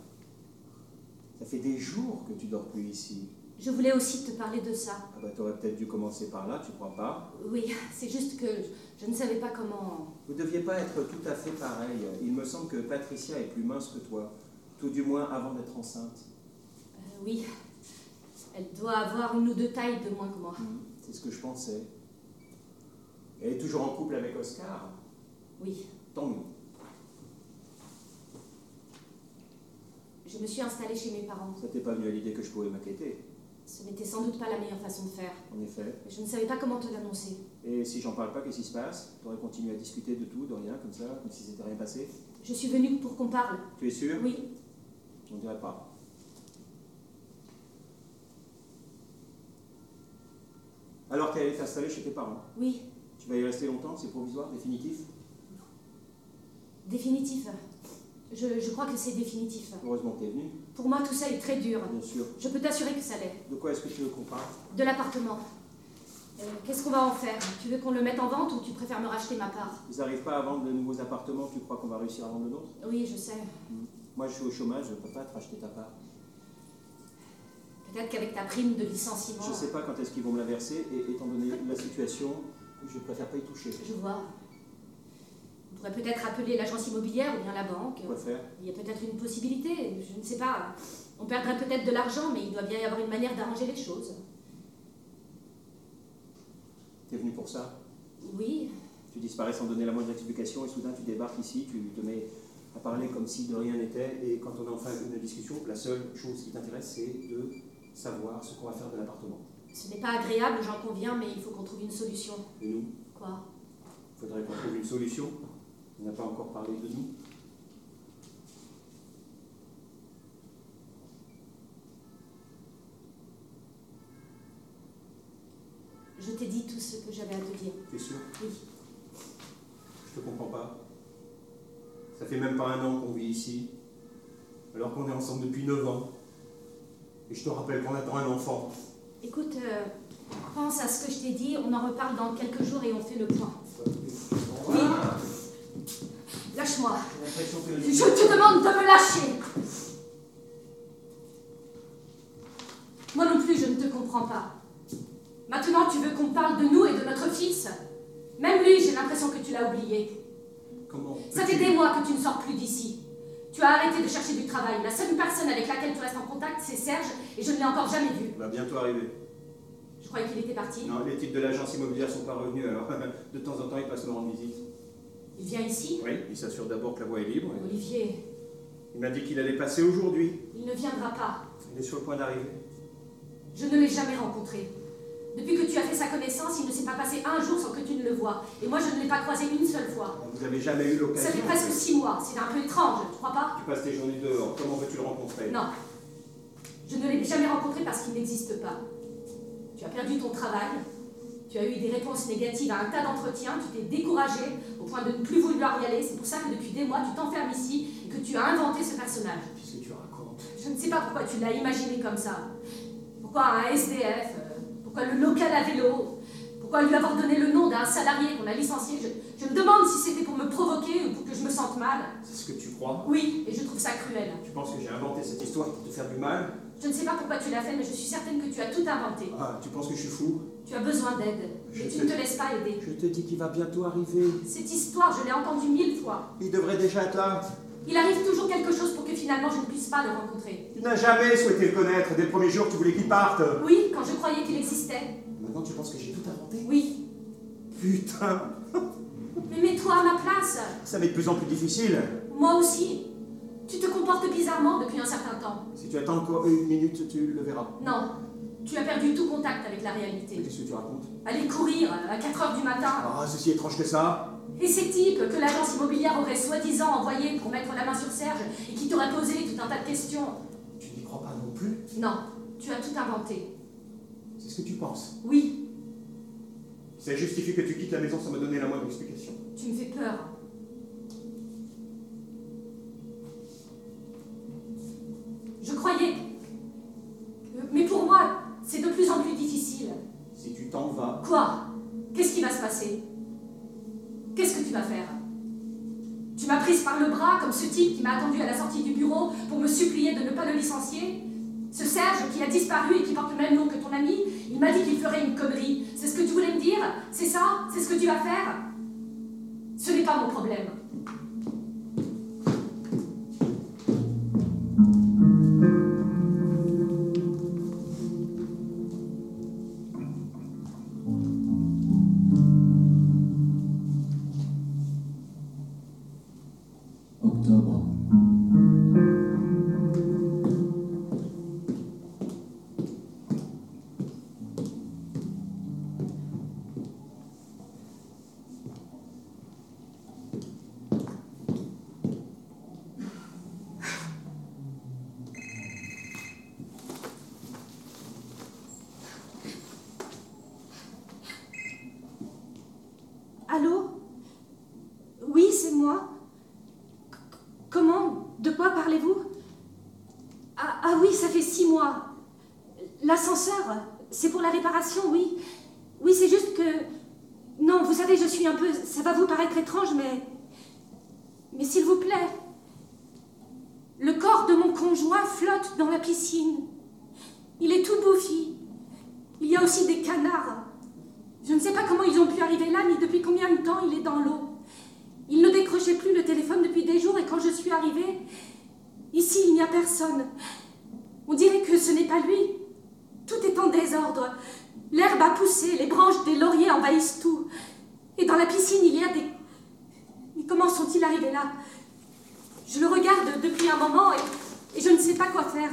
S2: Ça fait des jours que tu dors plus ici.
S3: je voulais aussi te parler de ça.
S2: Ah bah t'aurais peut-être dû commencer par là, tu crois pas
S3: Oui, c'est juste que je ne savais pas comment...
S2: Vous deviez pas être tout à fait pareil. Il me semble que Patricia est plus mince que toi. Tout du moins avant d'être enceinte.
S3: Euh, oui, elle doit avoir une ou deux tailles de moins que moi.
S2: C'est ce que je pensais. Elle est toujours en couple avec Oscar.
S3: Oui,
S2: Tant mieux.
S3: je me suis installée chez mes parents.
S2: Ça t'est pas venu à l'idée que je pouvais m'inquiéter,
S3: Ce n'était sans doute pas la meilleure façon de faire.
S2: en effet.
S3: mais Je ne savais pas comment te l'annoncer.
S2: Et si j'en parle pas, qu'est-ce qui se passe T'aurais continué à discuter de tout, de rien, comme ça, comme si c'était rien passé
S3: Je suis venue pour qu'on parle.
S2: Tu es sûr
S3: Oui,
S2: On dirait pas. Alors t'es allé t'installer chez tes parents.
S3: oui,
S2: Tu vas y rester longtemps, c'est provisoire, définitif
S3: définitif. Je, je crois que c'est définitif.
S2: Heureusement que t'es venu,
S3: Pour moi, tout ça est très dur.
S2: bien sûr.
S3: Je peux t'assurer que ça l'est.
S2: De quoi est-ce que tu veux qu'on parle
S3: De l'appartement. Euh, Qu'est-ce qu'on va en faire Tu veux qu'on le mette en vente ou tu préfères me racheter ma part
S2: Ils n'arrivent pas à vendre de nouveaux appartements, tu crois qu'on va réussir à vendre le nôtre
S3: Oui, je sais.
S2: Moi je suis au chômage, je ne peux pas te racheter ta part.
S3: Peut-être qu'avec ta prime de licenciement.
S2: Je sais pas quand est-ce qu'ils vont me la verser, et étant donné la situation, je préfère pas y toucher.
S3: Je vois. On pourrait peut-être appeler l'agence immobilière ou bien la banque.
S2: Quoi faire
S3: Il y a peut-être une possibilité, je ne sais pas. On perdrait peut-être de l'argent, mais il doit bien y avoir une manière d'arranger les choses.
S2: T'es venu pour ça
S3: Oui,
S2: Tu disparais sans donner la moindre explication, et soudain tu débarques ici, tu te mets à parler comme si de rien n'était. Et quand on a enfin une discussion, la seule chose qui t'intéresse, c'est de savoir ce qu'on va faire de l'appartement.
S3: Ce n'est pas agréable, j'en conviens, mais il faut qu'on trouve une solution.
S2: Et nous,
S3: Quoi
S2: il faudrait qu'on trouve une solution. On n'a pas encore parlé de nous.
S3: Je t'ai dit tout ce que j'avais à te dire.
S2: T'es sûr
S3: Oui.
S2: Je te comprends pas. Ça fait même pas un an qu'on vit ici, alors qu'on est ensemble depuis 9 ans. Et je te rappelle qu'on attend un enfant.
S3: Écoute, euh, pense à ce que je t'ai dit, on en reparle dans quelques jours et on fait le point. Oui. Lâche-moi.
S2: J'ai l'impression que
S3: Je te demande de me lâcher. Moi non plus, je ne te comprends pas. Maintenant, tu veux qu'on parle de nous et de notre fils Même lui, j'ai l'impression que tu l'as oublié.
S2: Comment
S3: Ça fait des mois que tu ne sors plus d'ici. Tu as arrêté de chercher du travail. La seule personne avec laquelle tu restes en contact, c'est Serge, et je ne l'ai encore jamais vu.
S2: Il va bientôt arriver.
S3: Je croyais qu'il était parti.
S2: Non, les types de l'agence immobilière sont pas revenus, alors de temps en temps ils passent me rendre visite.
S3: Il vient ici
S2: Oui, ils s'assurent d'abord que la voie est libre.
S3: Olivier,
S2: Il m'a dit qu'il allait passer aujourd'hui.
S3: il ne viendra pas.
S2: Il est sur le point d'arriver.
S3: Je ne l'ai jamais rencontré. Depuis que tu as fait sa connaissance, il ne s'est pas passé un jour sans que tu ne le vois. Et moi, je ne l'ai pas croisé une seule fois.
S2: Vous n'avez jamais eu l'occasion.
S3: Ça fait presque six mois. C'est un peu étrange, tu crois pas
S2: Tu passes tes journées dehors, comment veux-tu le rencontrer
S3: Non. Je ne l'ai jamais rencontré parce qu'il n'existe pas. Tu as perdu ton travail. Tu as eu des réponses négatives à un tas d'entretiens. Tu t'es découragé au point de ne plus vouloir y aller. C'est pour ça que depuis des mois, tu t'enfermes ici et que tu as inventé ce personnage.
S2: Qu'est-ce que tu racontes
S3: Je ne sais pas pourquoi tu l'as imaginé comme ça. Pourquoi un SDF euh, Pourquoi le local à vélo Pourquoi lui avoir donné le nom d'un salarié qu'on a licencié je, je me demande si c'était pour me provoquer ou pour que je me sente mal.
S2: C'est ce que tu crois
S3: Oui, et je trouve ça cruel.
S2: Tu penses que j'ai inventé cette histoire pour te faire du mal
S3: Je ne sais pas pourquoi tu l'as fait, mais je suis certaine que tu as tout inventé.
S2: Ah, tu penses que je suis fou
S3: Tu as besoin d'aide,
S2: Je
S3: mais tu
S2: sais.
S3: ne te laisses pas aider.
S2: Je te dis qu'il va bientôt arriver.
S3: Cette histoire, je l'ai entendue mille fois.
S2: Il devrait déjà être là.
S3: Il arrive toujours quelque chose pour que finalement je ne puisse pas le rencontrer.
S2: Tu n'as jamais souhaité le connaître. Dès le premier jour, tu voulais qu'il parte.
S3: Oui, quand je croyais qu'il existait.
S2: Maintenant, tu penses que j'ai tout inventé
S3: Oui.
S2: Putain,
S3: Mais mets-toi à ma place.
S2: ça m'est de plus en plus difficile.
S3: Moi aussi. Tu te comportes bizarrement depuis un certain temps.
S2: Si tu attends encore une minute, tu le verras.
S3: Non, tu as perdu tout contact avec la
S2: Mais
S3: réalité.
S2: qu'est-ce que tu racontes
S3: Aller courir à 4 heures du matin.
S2: Ah, c'est si étrange que ça
S3: Et ces types que l'agence immobilière aurait soi-disant envoyés pour mettre la main sur Serge et qui t'auraient posé tout un tas de questions.
S2: Tu n'y crois pas non plus
S3: Non, tu as tout inventé.
S2: C'est ce que tu penses.
S3: Oui,
S2: Ça justifie que tu quittes la maison sans me donner la moindre explication.
S3: tu me fais peur. Je croyais. que- Mais pour moi, c'est de plus en plus difficile.
S2: Si tu t'en vas,
S3: Quoi Qu'est-ce qui va se passer Qu'est-ce que tu vas faire Tu m'as prise par le bras comme ce type qui m'a attendu à la sortie du bureau pour me supplier de ne pas le licencier Ce Serge qui a disparu et qui porte le même nom que ton ami, il m'a dit qu'il ferait une connerie. C'est ce que tu voulais me dire C'est ça C'est ce que tu vas faire Ce n'est pas mon problème.
S4: Octobre.
S3: Allô Oui, c'est moi. C- Comment De quoi parlez-vous ah, ah oui, ça fait six mois. L'ascenseur, c'est pour la réparation, oui. Oui, c'est juste que... Non, vous savez, je suis un peu... Ça va vous paraître étrange, mais... Mais s'il vous plaît. Le corps de mon conjoint flotte dans la piscine. Il est tout bouffi. Il y a aussi des canards. Je ne sais pas comment ils ont pu arriver là, ni depuis combien de temps il est dans l'eau. Il ne décrochait plus le téléphone depuis des jours, et quand je suis arrivée, ici il n'y a personne. On dirait que ce n'est pas lui. Tout est en désordre. L'herbe a poussé, les branches des lauriers envahissent tout. Et dans la piscine, il y a des... Mais comment sont-ils arrivés là Je le regarde depuis un moment et, et je ne sais pas quoi faire.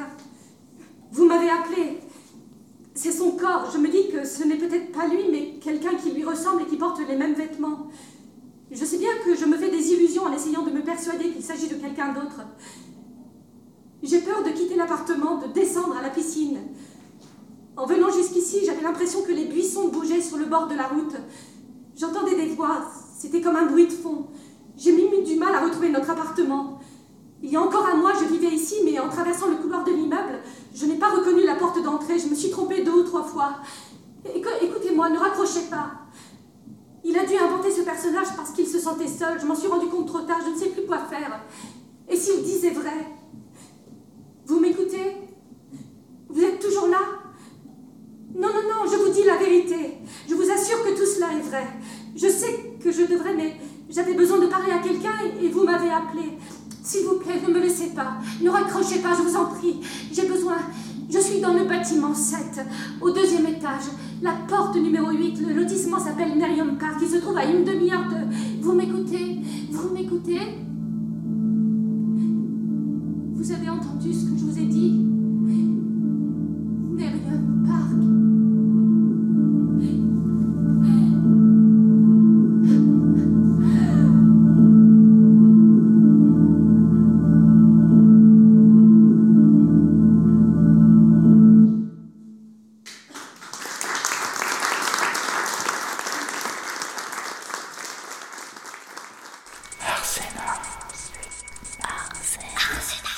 S3: Vous m'avez appelé. C'est son corps. Je me dis que ce n'est peut-être pas lui, mais quelqu'un qui lui ressemble et qui porte les mêmes vêtements. Je sais bien que je me fais des illusions en essayant de me persuader qu'il s'agit de quelqu'un d'autre. J'ai peur de quitter l'appartement, de descendre à la piscine. En venant jusqu'ici, j'avais l'impression que les buissons bougeaient sur le bord de la route. J'entendais des voix, c'était comme un bruit de fond. J'ai même eu du mal à retrouver notre appartement. Il y a encore un mois, je vivais ici, mais en traversant le couloir de l'immeuble, je n'ai pas reconnu la porte d'entrée. Je me suis trompée deux ou trois fois. Éco- Écoutez-moi, ne raccrochez pas. Il a dû inventer ce personnage parce qu'il se sentait seul. Je m'en suis rendu compte trop tard. Je ne sais plus quoi faire. Et s'il disait vrai Vous m'écoutez Vous êtes toujours là Non, non, non, je vous dis la vérité. Je vous assure que tout cela est vrai. Je sais que je devrais, mais j'avais besoin de parler à quelqu'un et- et vous m'avez appelé. S'il vous plaît, ne me laissez pas. Ne raccrochez pas, je vous en prie. J'ai besoin. Je suis dans le bâtiment 7, au deuxième étage. La porte numéro 8, le lotissement s'appelle Merriam Park. Il se trouve à une demi-heure de. Vous m'écoutez Vous m'écoutez Vous avez entendu ce que je vous ai dit Merriam Park.
S7: Arsenal. Arsenal.